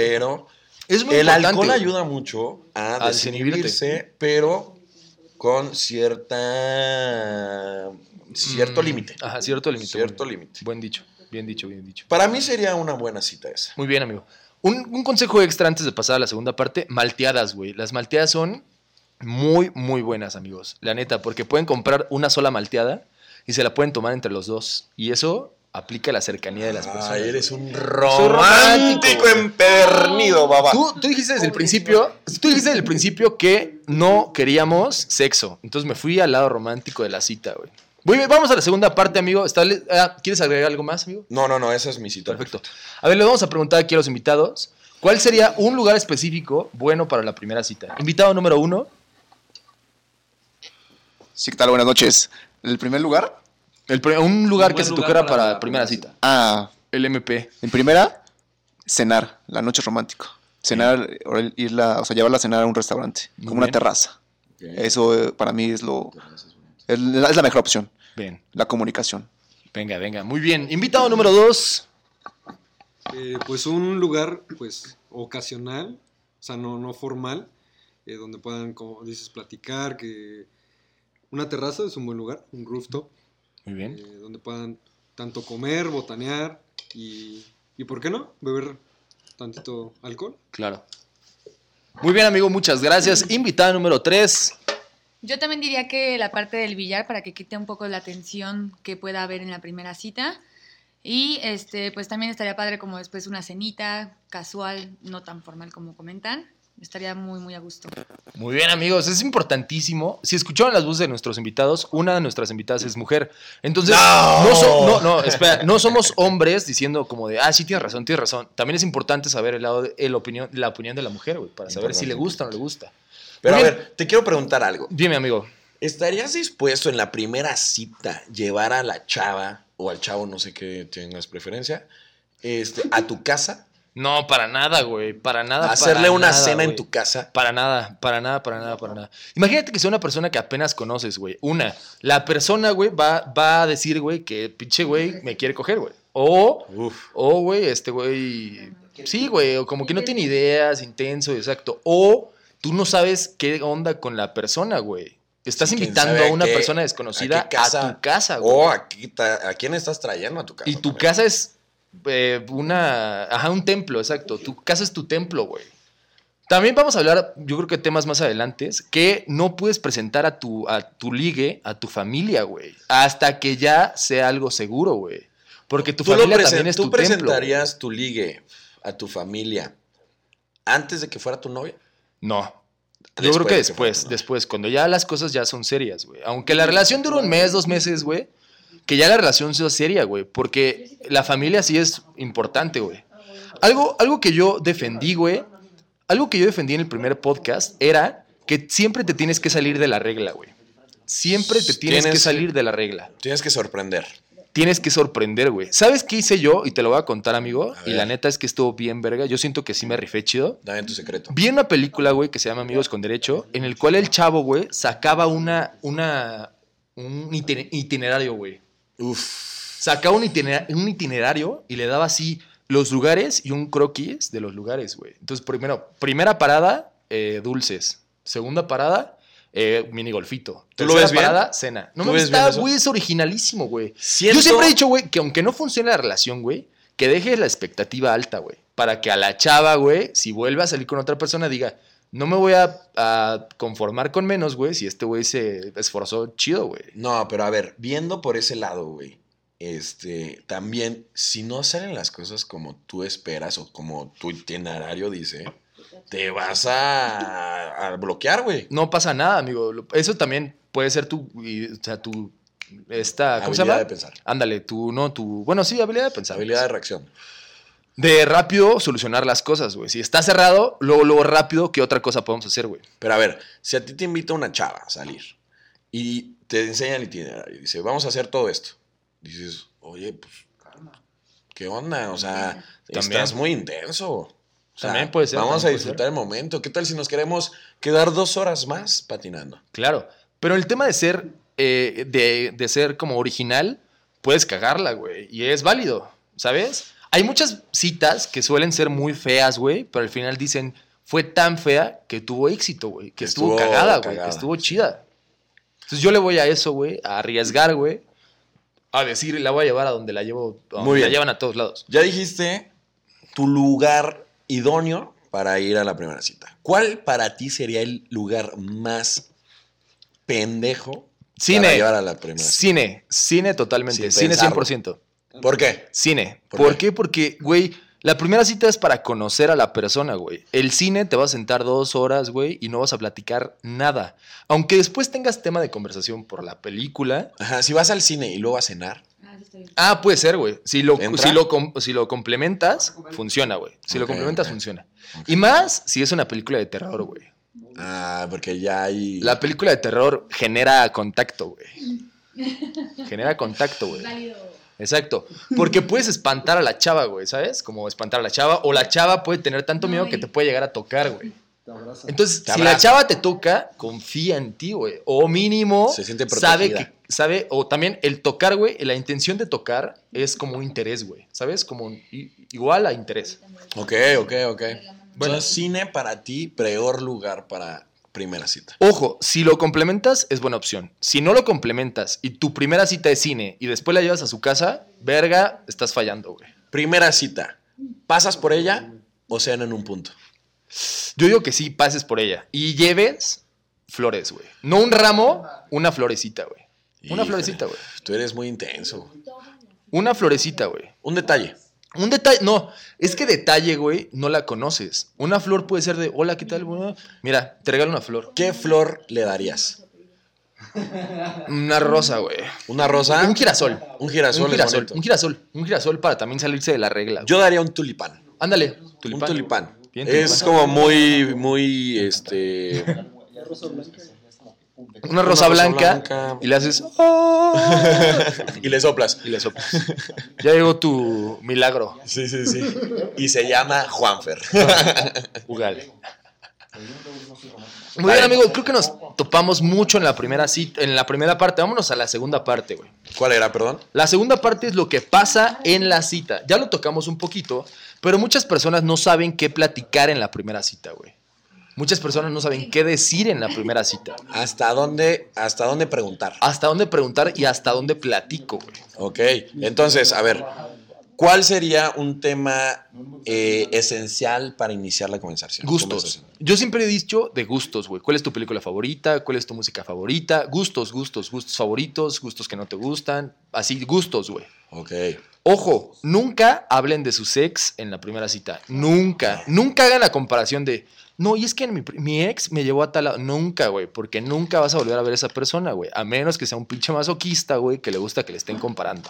Pero
es muy
el
importante,
alcohol
güey.
ayuda mucho a,
A desinhibirte.
desinhibirse, pero con cierta cierto
Mm,
límite.
Ajá, cierto límite.
Cierto
muy bien.
límite.
Buen dicho, bien dicho, bien dicho.
Para mí sería una buena cita esa.
Muy bien, amigo. Un, un consejo extra antes de pasar a la segunda parte, malteadas, güey. Las malteadas son muy, muy buenas, amigos. La neta, porque pueden comprar una sola malteada y se la pueden tomar entre los dos. Y eso aplica la cercanía de las personas.
Ay, eres un
romántico,
Ah, romántico empedernido, babá.
Tú, tú dijiste desde el principio, tú dijiste desde el principio que no queríamos sexo. Entonces me fui al lado romántico de la cita, güey. Muy bien, vamos a la segunda parte, amigo. Está li- ah, ¿Quieres agregar algo más, amigo?
No, no, no, esa es mi cita.
Perfecto. A ver, le vamos a preguntar aquí a los invitados. ¿Cuál sería un lugar específico bueno para la primera cita? Invitado número uno.
Sí, ¿qué tal? Buenas noches. ¿El primer lugar?
el pri- un lugar
Un
que
buen
se te
lugar
ocurra
para
para
la
la primera
primera
cita.
Ah,
El MP.
en primera, cenar, la noche romántico. Cenar, o el- irla, o sea, llevarla a cenar a un restaurante,
Muy
como una
bien.
terraza. Eso eh, para mí es lo es la, es la mejor opción,
Bien.
la comunicación.
Venga, venga. Muy bien. Invitado número dos.
Eh, pues un lugar, pues, ocasional, o sea, no, no formal, eh, donde puedan, como dices, platicar, que una terraza es un buen lugar, un rooftop,
Muy bien.
eh, donde puedan tanto comer, botanear y, y, ¿por qué no? Beber tantito alcohol.
Claro. Muy bien, amigo. Muchas gracias. Invitado número tres.
Yo también diría que la parte del billar para que quite un poco la tensión que pueda haber en la primera cita. Y este, pues también estaría padre como después una cenita casual, no tan formal como comentan. Estaría muy, muy a gusto.
Muy bien, amigos, es importantísimo. Si escucharon las voces de nuestros invitados, una de nuestras invitadas es mujer. Entonces,
¡No!
no, so- no, no, espera, no somos hombres diciendo como de, ah, sí, tienes razón, tienes razón. También es importante saber el lado de- el opinión, la opinión de la mujer, güey, para saber si le gusta o no le gusta.
Pero a
Muy bien.
ver, te quiero preguntar algo.
Dime, amigo,
¿Estarías dispuesto en la primera cita llevar a la chava o al chavo, no sé qué tengas preferencia, este, a tu casa?
no, para nada, güey, para <laughs> nada.
hacerle
para
una
nada,
cena en
güey.
tu casa.
Para nada, para nada, para nada, para nada. Imagínate que sea una persona que apenas conoces, güey. Una, la persona, güey, va, va a decir, güey, que pinche, güey, me quiere coger, güey. O
Uf.
O, güey, este
Ah,
güey. Sí, güey, o como que no tiene ideas, intenso, exacto. O tú no sabes qué onda con la persona, güey. Estás
Sí, quién
invitando
sabe
a una
qué-
persona
¿A
desconocida
qué
a,
casa?
tu casa, güey.
O a, qué ta- a quién estás trayendo a tu casa.
y tu
también?
casa es eh, una. Ajá, un templo, exacto. Tu casa es tu templo, güey. También vamos a hablar, yo creo que temas más adelante, que no puedes presentar a tu, a tu ligue, a tu familia, güey. Hasta que ya sea algo seguro, güey. Porque tu
Tú, lo
familia
presen-
también es
tú
tu templo. güey.
presentarías tu ligue a tu familia antes de que fuera tu novia.
No. Yo
Después
creo que
de que
después,
falta, ¿no?
después, cuando ya las cosas ya son serias, güey. Aunque la relación dure un mes, dos meses, güey. Que ya la relación sea seria, güey. Porque la familia sí es importante, güey. Algo, algo que yo defendí, güey. Algo que yo defendí en el primer podcast era que siempre te tienes que salir de la regla, güey. Siempre te tienes,
Tienes
que
que-
salir de la regla.
Tienes que sorprender.
Tienes que sorprender, güey. ¿Sabes qué hice yo? Y te lo voy a contar, amigo.
A
Y
ver.
la neta es que estuvo bien, verga. Yo siento que sí me rifé chido.
Dame tu secreto.
Vi una película, güey, que se llama Amigos con Derecho, en el cual el chavo, güey, sacaba una, una, un itine- itinerario, güey.
Uf.
Sacaba un, itinera- un itinerario y le daba así los lugares y un croquis de los lugares, güey. Entonces, primero, primera parada, eh, dulces. Segunda parada, eh, minigolfito.
¿Tú lo
Tercera
ves bien?
parada, cena. No
¿Tú
me
ves bien
está,
eso?
güey, es originalísimo, güey.
Siento-
Yo siempre he dicho, güey, que aunque no funcione la relación, güey, que dejes la expectativa alta, güey. Para que a la chava, güey, si vuelve a salir con otra persona, diga, no me voy a, a conformar con menos, güey, si este güey se esforzó chido, güey.
No, pero a ver, viendo por ese lado, güey. este, también, si no salen las cosas como tú esperas o como tu itinerario dice, te vas a, a bloquear, güey.
No pasa nada, amigo. Lo- Eso también puede ser tu, y- o sea, tu, esta, ¿cómo se
Habilidad
llama?
de pensar.
Ándale, tu, no, tu, bueno, sí, habilidad de pensar.
Habilidad de reacción.
De rápido solucionar las cosas, güey. Si está cerrado, luego, luego rápido, ¿qué otra cosa podemos hacer, güey?
Pero a ver, si a ti te invita una chava a salir y te enseña el itinerario, dice, vamos a hacer todo esto. Dices, oye, pues, ¿qué onda? O sea,
También.
estás muy intenso. O sea,
También puede ser,
Vamos
también
a
puede ser.
disfrutar el momento. ¿Qué tal si nos queremos quedar dos horas más patinando?
Claro. Pero el tema de ser, eh, de, de ser como original, puedes cagarla, güey. Y es válido, ¿sabes? Hay muchas citas que suelen ser muy feas, güey, pero al final dicen, fue tan fea que tuvo éxito, güey. Que
Que
estuvo,
estuvo
cagada, güey. Que
cagada.
estuvo chida. Entonces yo le voy a eso, güey, a arriesgar, güey. A decir, la voy a llevar a donde la llevo. a
Muy
donde La
bien.
llevan a todos lados.
Ya dijiste tu lugar idóneo para ir a la primera cita. ¿Cuál para ti sería el lugar más pendejo para
Cine.
llevar a la primera cita?
Cine. Cine totalmente.
Sin
Cine
pensarlo.
100%.
¿Por qué?
Cine.
¿Por
¿Por, qué? Porque, güey, la primera cita es para conocer a la persona, güey. El cine te va a sentar dos horas, güey, y no vas a platicar nada. Aunque después tengas tema de conversación por la película.
Ajá, si vas al cine y luego a cenar,
Ah, sí estoy bien.
Ah, puede ser, güey. Si lo,
¿Entra?
si lo, com- si lo complementas, funciona, güey. Si lo
Ok,
complementas,
ok.
funciona. Y más si es una película de terror, güey.
ah, porque ya hay...
La película de terror genera contacto, güey. Genera contacto, güey.
Válido.
Exacto. Porque puedes espantar a la chava, güey, ¿sabes? Como espantar a la chava. O la chava puede tener tanto miedo
Ay.
que te puede llegar a tocar, güey. Entonces,
Te
si la
abraza.
chava te toca, confía en ti, güey. O mínimo,
Se siente
sabe
protegida.
que, sabe, o también el tocar, güey, la intención de tocar es como un interés, güey, ¿sabes? Como un- i- igual a interés.
Ok, ok, ok.
Bueno.
Bueno, cine para ti, peor lugar para primera cita.
Ojo, si lo complementas, es buena opción. Si no lo complementas y tu primera cita es cine y después la llevas a su casa, verga, estás fallando, güey.
Primera cita, ¿pasas por ella o cenan en un punto?
Yo digo que sí, pases por ella. Y lleves flores, güey. No un ramo, una florecita, güey. Una
Híjole.
florecita, güey.
Tú eres muy intenso.
Una florecita, güey.
Un detalle.
Un detalle, no, es que detalle, güey, no la conoces. Una flor puede ser de, hola, ¿qué tal? Bueno, mira, te regalo una flor.
¿Qué flor le darías?
Una rosa, güey.
¿Una rosa?
Un girasol.
Un girasol.
un
es
girasol,
bonito.
un girasol, un girasol para también salirse de la regla.
Yo daría un tulipán.
güey. Ándale,
Un tulipán.
Bien,
es
tulipán.
como muy, muy, este...
Una rosa,
rosa
blanca,
blanca.
y le haces, "Oh",
<laughs> y le soplas.
y le soplas.
<laughs>
Ya llegó tu milagro,
Sí, sí, sí. Y se llama Juanfer.
Ugal. Muy bien, amigo, creo que nos topamos mucho en la primera cita, en la primera parte. Vámonos a la segunda parte, güey.
¿Cuál era, perdón?
La segunda parte es lo que pasa en la cita. Ya lo tocamos un poquito, pero muchas personas no saben qué platicar en la primera cita, güey. Muchas personas no saben qué decir en la primera cita.
¿Hasta dónde, hasta dónde preguntar?
Hasta dónde preguntar y hasta dónde platico, güey.
Ok, entonces, a ver, ¿cuál sería un tema eh, esencial para iniciar la conversación?
Gustos.
Conversación.
Yo siempre he dicho de gustos, güey. ¿Cuál es tu película favorita? ¿Cuál es tu música favorita? Gustos, gustos, gustos favoritos, gustos que no te gustan. Así, gustos, güey.
Ok,
Ojo, nunca hablen de su sex en la primera cita. Nunca. Nunca hagan la comparación de. No, y es que mi, pri- mi ex me llevó a tal lado. Nunca, güey. Porque nunca vas a volver a ver a esa persona, güey. A menos que sea un pinche masoquista, güey, que le gusta que le estén comparando.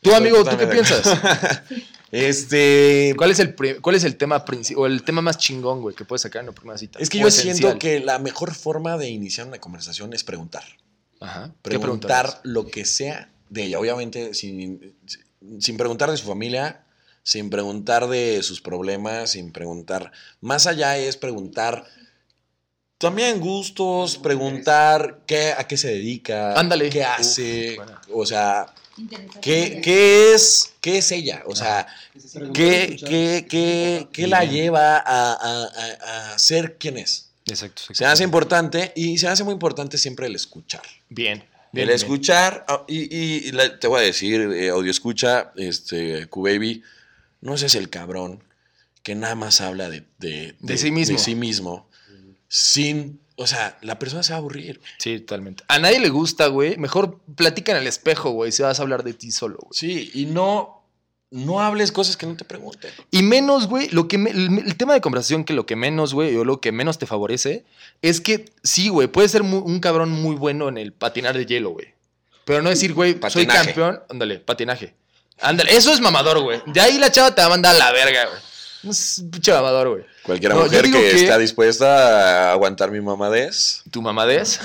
Tú,
Estoy
amigo, ¿tú qué
totalmente de
piensas?
<laughs> este...
¿Cuál es el, pri- cuál es el tema principal o el tema más chingón, güey, que puedes sacar en la primera cita?
Es que
O
yo
esencial.
siento que la mejor forma de iniciar una conversación es preguntar.
Ajá. pues. ¿Qué
Preguntar
preguntarás?
lo que sea de ella. Obviamente, sin, sin preguntar de su familia, sin preguntar de sus problemas, sin preguntar. Más allá es preguntar también gustos, preguntar qué, a qué se dedica,
Ándale.
qué
Uf,
hace.
buena.
O sea,
Interesante.
¿Qué, qué es, ¿Qué es ella? O sea,
Ah,
¿qué, qué, qué- qué la
Bien.
lleva a, a- a- a ser quien es?
Exacto. exacto.
Se hace importante y se hace muy importante siempre el escuchar.
Bien.
el
bien, bien.
escuchar, ah, y, y- y la- te voy a decir, eh, audio escucha, este, Q-Baby, no seas el cabrón que nada más habla de, de,
De sí mismo.
mismo sin O sea, la persona se va a aburrir.
Sí, totalmente. A nadie le gusta, güey. Mejor platica en el espejo, güey. Si vas a hablar de ti solo, güey.
Sí, y no, no hables cosas que no te pregunten.
Y menos, güey, lo que me- el, el tema de conversación que lo que menos, güey, o lo que menos te favorece, es que sí, güey, puedes ser mu- un cabrón muy bueno en el patinar de hielo, güey. Pero no decir, güey, soy
Patinaje.
campeón. Ándale, patinaje. Ándale, eso es mamador, güey. De ahí la chava te va a mandar a la verga, güey. No es pinche mamador, güey.
Cualquier
No, yo
mujer que,
digo que-
está dispuesta a aguantar mi mamadez.
¿Tu mamadez?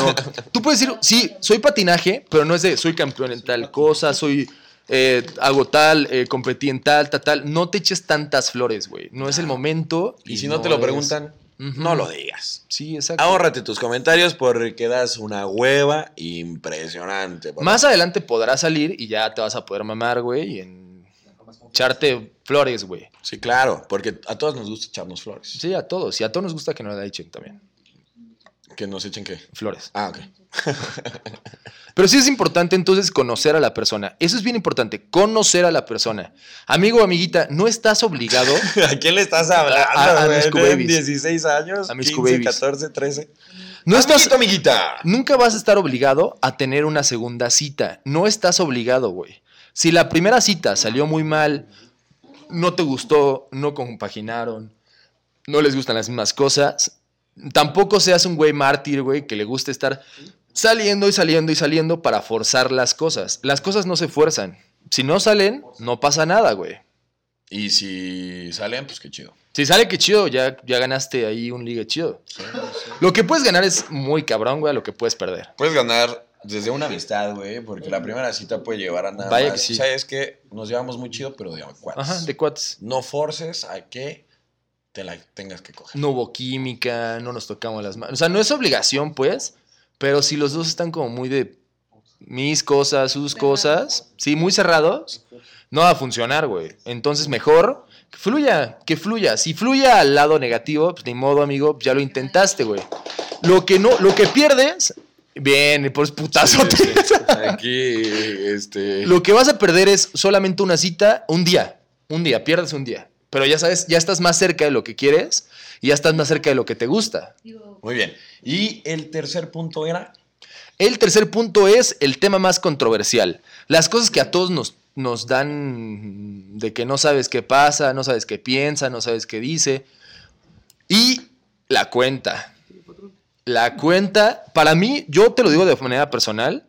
No. Tú puedes decir, sí, soy patinaje, pero no es de soy campeón en tal cosa, soy. eh, hago tal, eh, competí en tal, tal, tal. No te eches tantas flores, güey. No es el momento.
Ah. Y, si no, te lo
es-
preguntan,
Ujú.
no lo digas.
Sí, exacto.
Ahórrate tus comentarios porque das una hueva impresionante. papá.
Más adelante podrás salir y ya te vas a poder mamar, güey, y en echarte flores, güey.
Sí, claro, porque a todos nos gusta echarnos flores.
Sí, a todos. Y a todos nos gusta que nos la echen también.
Que nos echen qué.
Flores. <laughs>
Ah, ok.
Pero sí es importante entonces conocer a la persona. Eso es bien importante, conocer a la persona. Amigo o amiguita, no estás obligado.
¿A quién le estás hablando?
A- a
güey?
mis
¿Tienen
cubabies.
16 años,
A
a
mis
15,
cubabies.
14, 13.
No estás,
Amiguito, amiguita.
nunca vas a estar obligado a tener una segunda cita. No estás obligado, güey. Si la primera cita salió muy mal, no te gustó, no compaginaron, no les gustan las mismas cosas, tampoco seas un güey mártir, güey, que le guste estar saliendo y saliendo y saliendo para forzar las cosas. Las cosas no se fuerzan. Si no salen, no pasa nada, güey.
Y si salen, pues qué chido.
Si sale, que chido, ya, ya ganaste ahí un ligue chido. Lo que puedes ganar es muy cabrón, güey, a lo que puedes perder.
Puedes ganar desde una amistad, güey, porque la primera cita puede llevar a nada
Vaya
más.
que sí.
O sea, es que nos llevamos muy chido, pero de cuates.
Ajá, de cuates.
No forces a que te la tengas que coger.
No hubo química, no nos tocamos las manos. O sea, no es obligación, pues, pero si los dos están como muy de mis cosas, sus cosas, sí, muy cerrados, no va a funcionar, güey. Entonces, mejor que fluya, que fluya. Si fluya al lado negativo, pues ni modo, amigo, ya lo intentaste, güey. Lo que no, lo que pierdes, bien, por putazo.
Aquí, este.
Lo que vas a perder es solamente una cita, un día, un día, pierdes un día. Pero ya sabes, ya estás más cerca de lo que quieres y ya estás más cerca de lo que te gusta.
Muy bien. Y el tercer punto era.
El tercer punto es el tema más controversial. Las cosas que a todos nos, nos dan de que no sabes qué pasa, no sabes qué piensa, no sabes qué dice. Y la cuenta. La cuenta, para mí, yo te lo digo de manera personal,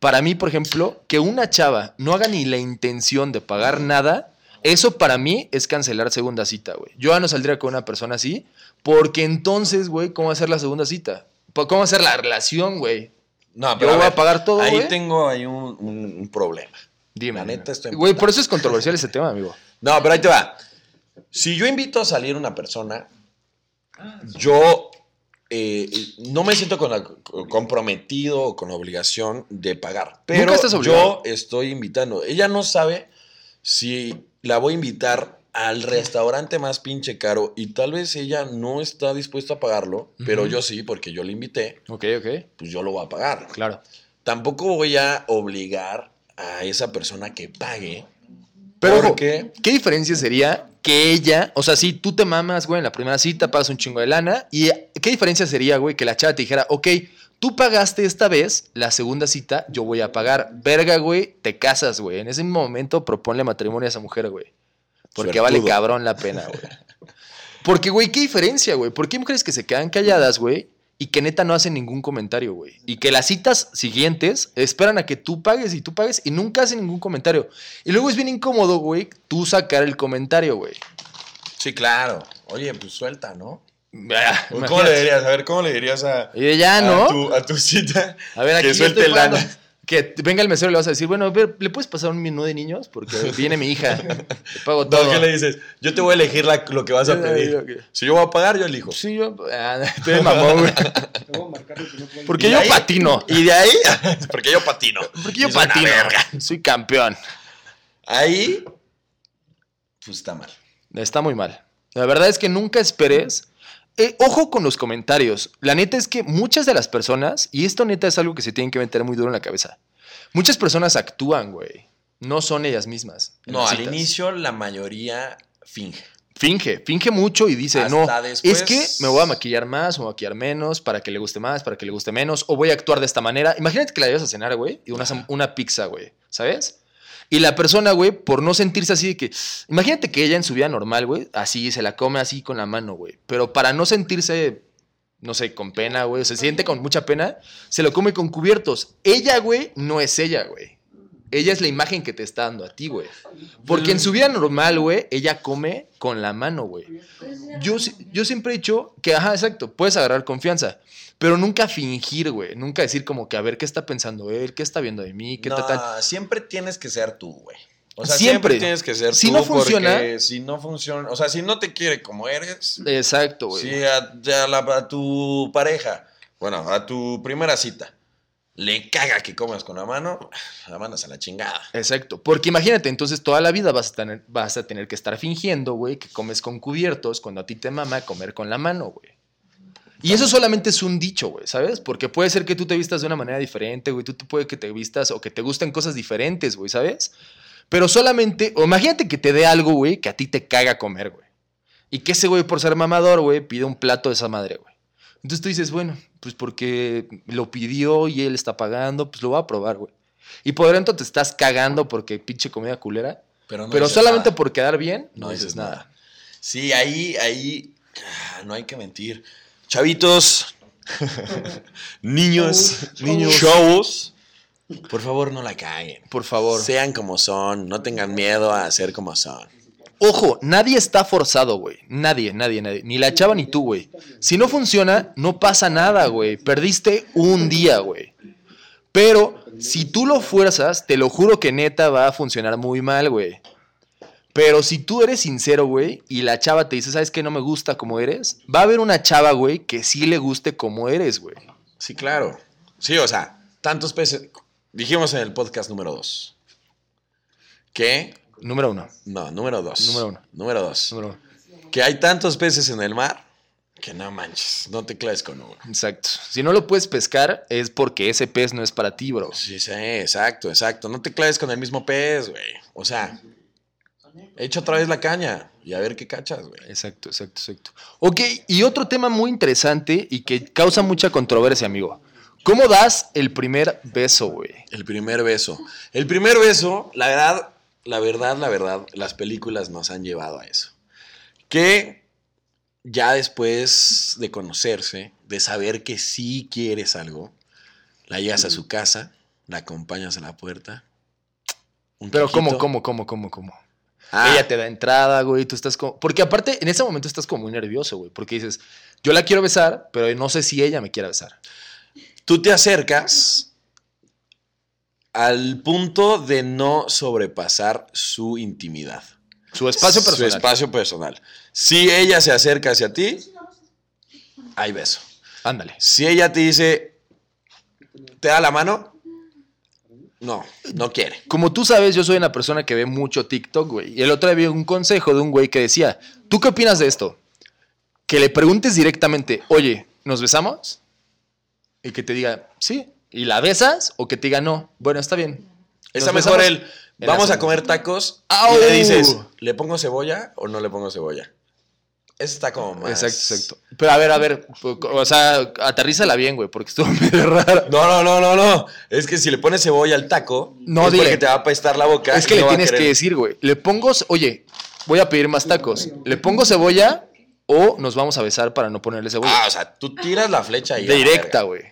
para mí, por ejemplo, que una chava no haga ni la intención de pagar nada, eso para mí es cancelar segunda cita, güey. Yo ya no saldría con una persona así, porque entonces, güey, ¿cómo va a ser la segunda cita? Pa- ¿Cómo va a ser la relación, güey?
No,
Yo voy a
Ah, ver,
pagar todo,
Ahí
güey.
tengo ahí un, un- un problema.
Dime.
La
dime.
neta estoy
Güey, por eso es controversial ese tema, amigo.
No, pero ahí te va. Si yo invito a salir a una persona, yo eh, no me siento con la- comprometido o con la obligación de pagar. Pero
Nunca estás obligado.
yo estoy invitando. Ella no sabe si la voy a invitar al restaurante más pinche caro y tal vez ella no está dispuesta a pagarlo, pero
Ujú.
yo sí, porque yo la invité,
Ok, ok.
pues yo lo voy a pagar.
Claro.
Tampoco voy a obligar a esa persona que pague.
Pero, ojo,
porque
¿qué diferencia sería que ella, o sea, si tú te mamas, güey, en la primera cita, pagas un chingo de lana, y qué diferencia sería, güey, que la chava te dijera, ok, tú pagaste esta vez, la segunda cita yo voy a pagar. Verga, güey, te casas, güey. En ese mismo momento proponle matrimonio a esa mujer, güey. Porque vale
Suertudo.
cabrón la pena, güey. Porque, güey, qué diferencia, güey. ¿Por qué hay mujeres que se quedan calladas, güey? Y que neta no hacen ningún comentario, güey. Y que las citas siguientes esperan a que tú pagues y tú pagues y nunca hacen ningún comentario. Y luego es bien incómodo, güey, tú sacar el comentario, güey.
Sí, claro. Oye, pues suelta, ¿no?
Ah,
¿Cómo
imagínate.
le dirías? A ver, ¿cómo le dirías a,
Y de, ya,
a
¿no?
tu, a tu cita?
A ver, aquí
que
yo
suelte
estoy
lana.
pagando. Que t- venga el mesero y le vas a decir, bueno, a ver, ¿le puedes pasar un menú de niños? Porque viene mi
<laughs>
hija. Te pago todo.
No, ¿qué le dices? Yo te voy a elegir la- lo que vas a
Eh,
pedir.
ok.
Si yo voy a pagar, yo elijo.
Sí, yo. Ah, <laughs> estoy de mamón, güey.
Te voy a marcar lo que no puedo
Porque
¿Y
yo
ahí?
patino.
Y de ahí, <laughs> porque yo patino.
Porque yo
Y soy una
patino.
verga.
Soy campeón.
Ahí, pues está mal.
Está muy mal. La verdad es que nunca esperes. Eh, ojo con los comentarios. La neta es que muchas de las personas, y esto neta es algo que se tienen que meter muy duro en la cabeza. Muchas personas actúan, güey. No son ellas mismas. en
No,
las
al
citas.
inicio la mayoría finge.
Finge, finge mucho y dice,
Hasta
no,
después-
es que me voy a maquillar más, me voy a maquillar menos, para que le guste más, para que le guste menos, o voy a actuar de esta manera. Imagínate que la llevas a cenar, güey, y una, una pizza, güey, ¿sabes? Y la persona, güey, por no sentirse así de que, imagínate que ella en su vida normal, güey, así se la come así con la mano, güey, pero para no sentirse, no sé, con pena, güey, o se siente con mucha pena, se lo come con cubiertos. Ella, güey, no es ella, güey. Ella es la imagen que te está dando a ti, güey. Porque en su vida normal, güey, ella come con la mano, güey. Yo, si- yo siempre he dicho que, ajá, exacto, puedes agarrar confianza, pero nunca fingir, güey. Nunca decir como que a ver qué está pensando él, qué está viendo de mí, qué
No,
tal, tal.
siempre tienes que ser tú, güey. O sea, siempre.
Siempre.
tienes que ser
Si
tú.
no funciona-
porque Si no funciona. O sea, si no te quiere como eres.
Exacto, güey.
Si a, a la- a tu pareja, bueno, a tu primera cita, le caga que comas con la mano, la mandas a la chingada.
Exacto, porque imagínate, entonces toda la vida vas a tener, vas a tener que estar fingiendo, güey, que comes con cubiertos cuando a ti te mama comer con la mano, güey. Y eso solamente es un dicho, güey, ¿sabes? Porque puede ser que tú te vistas de una manera diferente, güey, tú te puede que te vistas o que te gusten cosas diferentes, güey, ¿sabes? Pero solamente, o imagínate que te dé algo, güey, que a ti te caga comer, güey. Y que ese güey, por ser mamador, güey, pide un plato de esa madre, güey. Entonces tú dices, bueno, pues porque lo pidió y él está pagando, pues lo va a probar, güey. Y por dentro te estás cagando porque pinche comida culera.
Pero, no
pero
dices
solamente
nada.
por quedar bien,
No
no,
dices
dices nada.
nada. Sí, ahí, ahí. ah, No hay que mentir. Chavitos, <laughs> niños, niños, chavos, por favor no la caguen.
Por favor.
Sean como son, no tengan miedo a ser como son.
Ojo, nadie está forzado, güey. Nadie, nadie, nadie. Ni la chava ni tú, güey. Si no funciona, no pasa nada, güey. Perdiste un día, güey. Pero si tú lo fuerzas, te lo juro que neta va a funcionar muy mal, güey. Pero si tú eres sincero, güey, y la chava te dice, ¿sabes qué? No me gusta como eres. Va a haber una chava, güey, que sí le guste como eres, güey.
Sí, claro. Sí, o sea, tantos peces. Dijimos en el podcast número 2 que.
Número uno.
No, número 2.
Número uno.
Número 2.
Número uno.
Que hay tantos peces en el mar que no manches, no te claves con uno.
Exacto. Si no lo puedes pescar, es porque ese pez no es para ti, bro.
Sí, sí, exacto, exacto. No te claves con el mismo pez, güey. O sea, echa otra vez la caña y a ver qué cachas, güey.
Exacto, exacto, exacto. Ok, y otro tema muy interesante y que causa mucha controversia, amigo. ¿Cómo das el primer beso, güey?
El primer beso. El primer beso, la verdad, la verdad, la verdad, las películas nos han llevado a eso. Que ya después de conocerse, de saber que sí quieres algo, la llegas a su casa, la acompañas a la puerta. un
Pero ¿cómo,
taquito.
cómo, cómo, cómo, cómo?
Ah,
Ella te da entrada, güey, tú estás como... Porque aparte, en ese momento estás como muy nervioso, güey, porque dices, yo la quiero besar, pero no sé si ella me quiera besar.
tú te acercas al punto de no sobrepasar su intimidad.
Su espacio personal.
Su espacio personal. Si ella se acerca hacia ti, hay beso.
Ándale.
Si ella te dice, ¿te da la mano? No, no quiere.
Como tú sabes, yo soy una persona que ve mucho TikTok, güey. Y el otro día vi un consejo de un güey que decía, ¿tú qué opinas de esto? Que le preguntes directamente, oye, ¿nos besamos? Y que te diga, sí. ¿Y la besas? O que te diga, no. Bueno, está bien.
Está
Nos
mejor
besamos
el,
en
vamos
la
a comer tacos
¡Au!
y le dices, ¿le pongo cebolla o no le pongo cebolla? Eso está como más...
Exacto, exacto. Pero a ver, a ver, o sea, aterrízala bien, güey, porque estuvo <laughs> medio raro.
No, no, no, no, no. Es que si le pones cebolla al taco,
No,
es porque
dile.
te va a apestar la boca.
Es que
y
le
no va a
tienes que
querer.
decir, güey. Le pongo, ce- oye, voy a pedir más tacos. ¿Le pongo cebolla o nos vamos a besar para no ponerle
Ah,
cebolla?
o sea, tú tiras la flecha ahí. a la
Directa,
verga.
güey.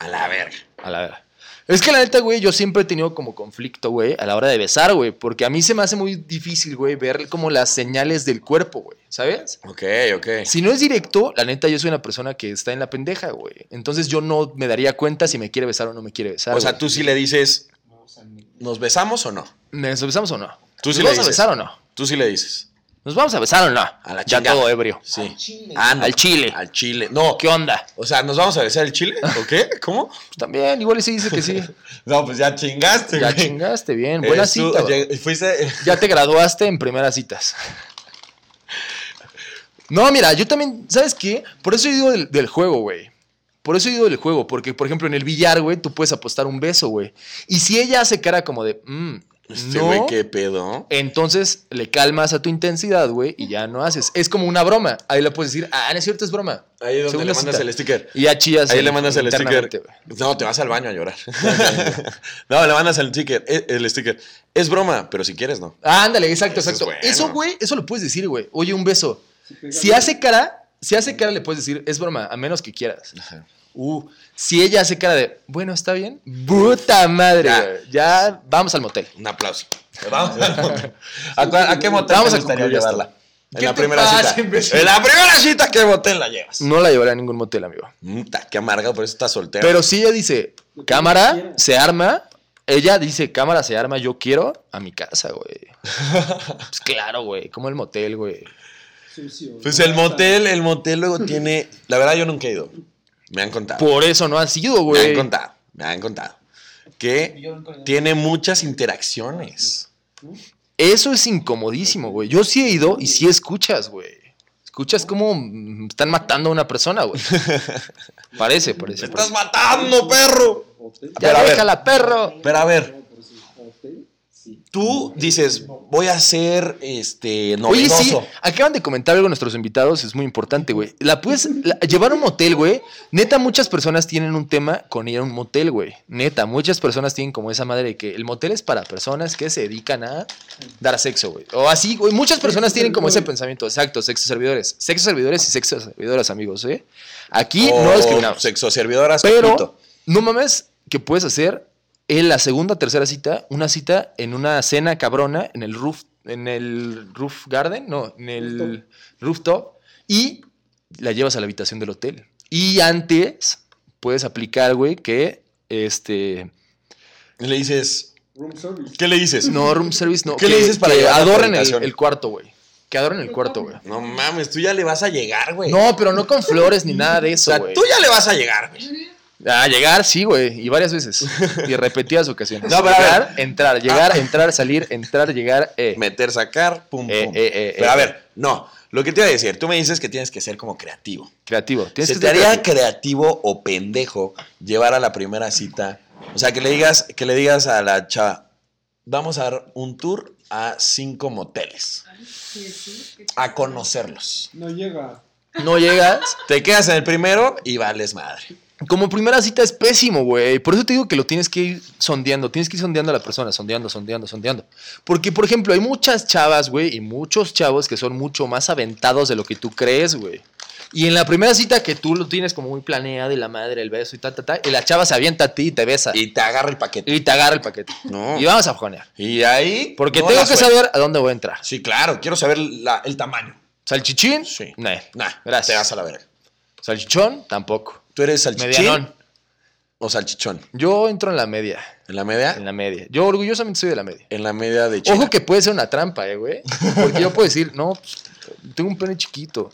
A la verga.
A la verdad. Es que la neta, güey, yo siempre he tenido como conflicto, güey, a la hora de besar, güey, porque a mí se me hace muy difícil, güey, ver como las señales del cuerpo, güey, ¿sabes?
Ok, ok.
Si no es directo, la neta, yo soy una persona que está en la pendeja, güey. Entonces yo no me daría cuenta si me quiere besar o no me quiere besar.
o sea,
güey.
tú sí le dices, ¿nos besamos o no?
¿Nos besamos o no?
Tú sí le
¿Nos vamos
dices.
a besar o no?
Tú sí le dices.
¿Nos vamos a besar o no?
A la
ya
chingada.
todo ebrio.
Sí.
Chile.
Ah, no.
Al chile.
Al chile. No,
¿Qué onda?
o sea, ¿nos vamos a besar el chile? ¿O qué? ¿Cómo?
Pues también, igual y sí dice
<laughs>
que sí.
No, pues ya chingaste,
ya
güey.
chingaste, bien. Buena
Eres tú,
cita. güey.
lleg- Fuiste...
Ya te graduaste en primeras citas. No, mira, yo también, ¿sabes qué? Por eso yo digo del, del juego, güey. Por eso yo digo del juego, porque, por ejemplo, en el billar, güey, tú puedes apostar un beso, güey. Y si ella hace cara como de, "Mm,
Este
No.
güey, qué pedo.
Entonces le calmas a tu intensidad, güey, y ya no haces. Es como una broma. Ahí le puedes decir, ah, no es cierto, es broma.
Ahí es donde
Segunda
le mandas
cita.
el sticker.
Y ya chillas.
Ahí le mandas el sticker.
internamente, güey.
No, te vas al baño a llorar. <laughs> no, le mandas el sticker. eh, El sticker. Es broma, pero si quieres, no.
Ah, ándale, exacto,
Eso es
exacto.
bueno.
Eso, güey, eso lo puedes decir, güey. Oye, un beso. Si hace cara, si hace cara, le puedes decir, es broma, a menos que quieras.
Ajá.
Uh, si ella hace cara de, bueno, está bien, puta madre,
Ya.
güey. ya vamos al motel.
Un aplauso. Vamos. <laughs> ¿A, cuál- a qué motel
Vamos
te
a
gustaría
concluir esto.
llevarla?
¿Qué
En la
te
primera
pasa,
cita.
imbécil?
En la primera cita, ¿qué motel la llevas?
No la llevaré a ningún motel, amigo.
Puta, qué amarga, por eso está soltero.
Pero si ella dice, cámara, se arma, ella dice, cámara, se arma, yo quiero a mi
<laughs>
casa, güey. Pues claro, güey, como el motel, güey.
pues el motel, el motel luego tiene. La verdad, yo nunca he ido. Me han contado.
Por eso no han sido,
Me han
Pues, güey.
contado, me han contado. Que tiene muchas interacciones.
Eso es incomodísimo, güey. Yo sí he ido y sí escuchas, güey. Escuchas cómo mm, están matando a una persona,
<laughs>
güey. Parece, parece.
¡Estás
parece.
matando, perro! Pero
Ya
a ver,
déjala, perro.
pero a ver. Tú dices, voy a ser este
Oye,
novedoso.
sí, acaban de comentar algo nuestros invitados, es muy importante, güey. La puedes la- llevar a un motel, güey. Neta, muchas personas tienen un tema con ir a un motel, güey. Neta, muchas personas tienen como esa madre de que el motel es para personas que se dedican a dar sexo, güey. O así, güey. Muchas personas tienen como ese pensamiento. Exacto, sexo servidores. Sexo servidores y sexo servidoras, amigos, ¿eh? Aquí
O
no discriminamos.
Sexo servidoras,
Pero no mames que puedes hacer en la segunda o tercera cita una cita en una cena cabrona en el roof en el roof garden, no, en el rooftop y la llevas a la habitación del hotel. Y antes puedes aplicar, güey, que este
le dices,
Room service.
¿qué le dices?
no room service no
¿Qué le
que-
dices para
que
llevar a tu
adornen el,
habitación?
el cuarto, güey. Que adornen el cuarto, güey.
No mames, tú ya le vas a llegar, güey. o
No, pero no con flores ni nada de eso,
sea,
güey.
tú ya le vas a llegar, güey.
A llegar, sí, güey, y varias veces. <laughs> Y repetidas ocasiones.
No, pero a
llegar, entrar, llegar, entrar, salir, entrar, llegar, eh.
Meter, sacar, pum,
Eh,
pum.
eh, eh,
Pero
eh.
a ver, no. Lo que te iba a decir, tú me dices que tienes que ser como creativo.
Creativo. Tienes
¿Se
que
te
ser
haría
creativo.
creativo o pendejo llevar a la primera cita? O sea, que le digas, que le digas a la chava, vamos a dar un tour a cinco moteles, a conocerlos.
No llega.
No llegas.
Te quedas en el primero y vales madre.
Como primera cita es pésimo, güey. Por eso te digo que lo tienes que ir sondeando. Tienes que ir sondeando a la persona. Sondeando, sondeando, sondeando. Porque, por ejemplo, hay muchas chavas, güey, y muchos chavos que son mucho más aventados de lo que tú crees, güey. Y en la primera cita que tú lo tienes como muy planeado y la madre, el beso y tal, tal, tal, y la chava se avienta a ti y te besa. Y,
Y te agarra el paquete.
te agarra el paquete.
No.
Y vamos a jonear.
Y ahí.
Porque
Oh. no
tengo
la
que
suelta.
saber a dónde voy a entrar.
Sí, claro, quiero saber la- el tamaño.
¿Salchichín?
Sí.
No.
Nah,
Gracias.
Te vas a la verga.
¿Salchichón? Tampoco.
¿Tú eres salchichón
Medianón.
o salchichón?
Yo entro en la media.
¿En la media?
En la media. Yo orgullosamente soy de la media.
En la media de China.
Ojo que puede ser una trampa, eh, güey. Porque yo puedo decir, no, pues, tengo un pene chiquito.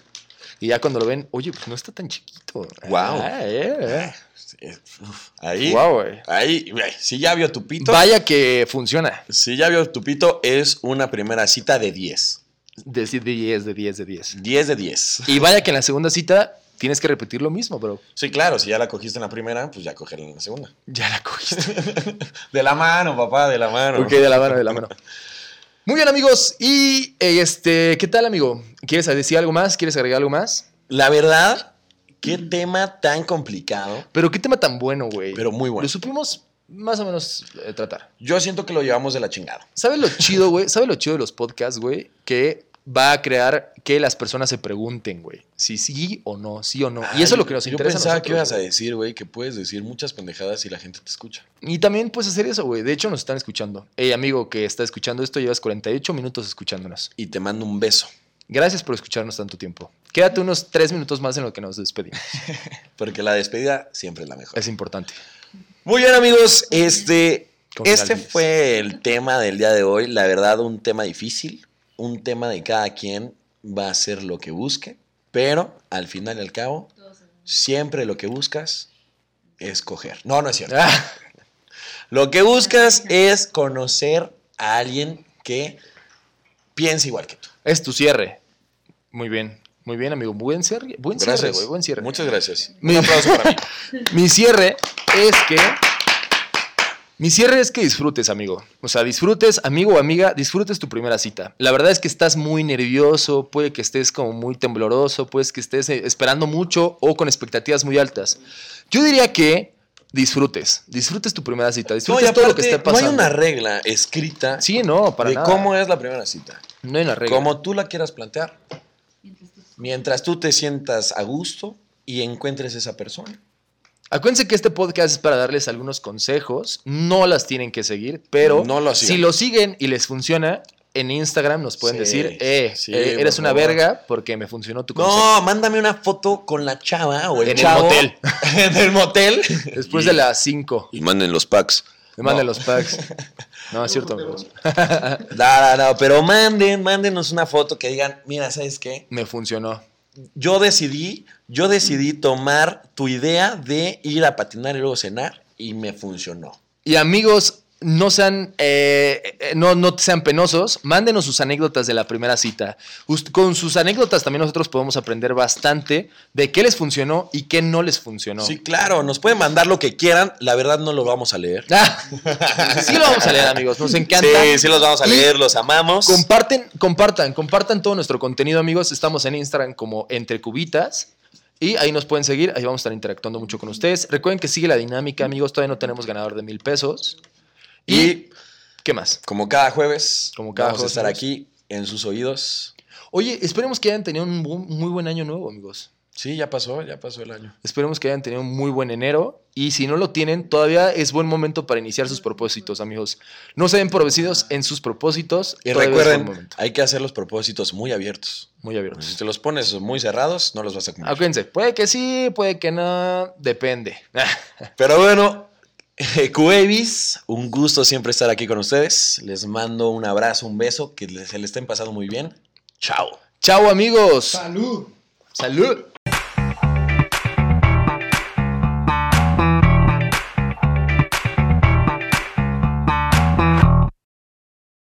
Y ya cuando lo ven, oye, pues no está tan chiquito.
Guau.
Ah, eh,
Sí, uf,
eh.
Ahí.
Guau, güey.
Ahí, güey, si ya vio tu pito.
Vaya que funciona.
Si ya vio tu pito, es una primera cita de 10.
De de 10, de 10, de 10.
10 de 10.
Y vaya que en la segunda cita tienes que repetir lo mismo, bro.
Sí, claro, si ya la cogiste en la primera, pues ya cogerla en la segunda. <laughs>
Ya la cogiste.
De la mano, papá, de la mano.
Ok, de la mano, de la mano. Muy bien, amigos. Y eh, este, ¿qué tal, amigo? ¿Quieres decir algo más? ¿Quieres agregar algo más?
La verdad, qué tema tan complicado,
Pero qué tema tan bueno, güey.
pero muy bueno.
Lo supimos más o menos eh, tratar.
Yo siento que lo llevamos de la chingada.
¿Sabes lo chido, güey? ¿Sabes lo chido de los podcasts, güey? Que va a crear que las personas se pregunten, güey, si sí o no, sí o no. y eso es lo que nos
Yo
interesa. a
pensaba que
nosotros,
ibas a
güey.
decir, güey, que puedes decir muchas pendejadas y la gente te escucha.
Y también puedes hacer eso, güey. De hecho, nos están escuchando. Hey, amigo que está escuchando esto, llevas 48 minutos escuchándonos.
Y te mando un beso.
Gracias por escucharnos tanto tiempo. Quédate unos tres minutos más en lo que nos despedimos.
Porque la despedida siempre es la mejor.
Es importante.
Muy bien, amigos. Este,
Con
este
Galvis.
fue el tema del día de hoy. La verdad, un tema difícil. Un tema de cada quien va a hacer lo que busque. Pero al final y al cabo, siempre lo que buscas es coger. No, no es cierto.
Ah,
Lo que buscas es conocer a alguien que piense igual que tú.
<laughs> es tu cierre. Muy bien, muy bien, amigo. Buen cierre, buen cierre, güey. Buen cierre.
<laughs> Muchas gracias.
Mi-
Un aplauso para mí.
Mi cierre es que Mi cierre es que disfrutes, amigo. O sea, disfrutes, amigo o amiga, disfrutes tu primera cita. La verdad es que estás muy nervioso, puede que estés como muy tembloroso, puede que estés eh, esperando mucho o con expectativas muy altas. Yo diría que disfrutes, disfrutes tu primera cita, disfrutes
y
todo lo
aparte,
que esté
No
pasando.
hay una regla escrita
Sí, no, para
de
nada.
cómo es la primera cita.
No hay una regla.
Como tú la quieras plantear. Mientras tú te sientas a gusto y encuentres esa persona.
Acuérdense que este podcast es para darles algunos consejos. No las tienen que seguir, pero
No lo sigan.
si lo siguen y les funciona, en Instagram nos pueden
Sí,
decir, eh,
sí,
eh,
por
eres una
favor.
verga porque me funcionó tu consejo.
No, mándame una foto con la chava o el
En el
chavo.
motel.
<laughs> en el motel.
Después de las 5,
Y manden los packs.
me manden
No.
los
<laughs>
packs.
Ah,
No, es cierto, amigos.
No, no, no, pero manden, mándenos una foto que digan, mira, ¿sabes qué?
Me funcionó.
Yo decidí, yo decidí tomar tu idea de ir a patinar y luego cenar y me funcionó.
Y amigos, no sean, eh, eh, no, no sean penosos, mándenos sus anécdotas de la primera cita. Just- con sus anécdotas también nosotros podemos aprender bastante de qué les funcionó y qué no les funcionó.
Sí, claro, nos pueden mandar lo que quieran, la verdad no lo vamos a leer.
<laughs> Ah, sí lo vamos a leer, amigos. Nos encanta.
Sí, sí los vamos a leer, los amamos.
Comparten, compartan, compartan todo nuestro contenido, amigos. Estamos en Instagram como Entre Cubitas. Y ahí nos pueden seguir, ahí vamos a estar interactuando mucho con ustedes. Recuerden que sigue la dinámica, amigos. Todavía no tenemos ganador de mil pesos. ¿Y,
Y
qué más?
como cada jueves,
Como cada
vamos
jueves,
a estar
amigos.
aquí en sus oídos.
Oye, esperemos que hayan tenido un bu- muy buen año nuevo, amigos.
Sí, ya pasó, ya pasó el año.
Esperemos que hayan tenido un muy buen enero. Y si no lo tienen, todavía es buen momento para iniciar sus propósitos, amigos. No se den provecidos en sus propósitos.
Y
todavía es buen
recuerden,
momento.
hay que hacer los propósitos muy abiertos.
Muy abiertos.
Si te los pones muy cerrados, no los vas a cumplir.
Acuérdense, puede que sí, puede que no, depende. <laughs>
Pero bueno, <laughs> Cuevis, un gusto siempre estar aquí con ustedes. Les mando un abrazo, un beso, que les- se le estén pasando muy bien. Chao.
Chao amigos.
¡Salud!
Salud.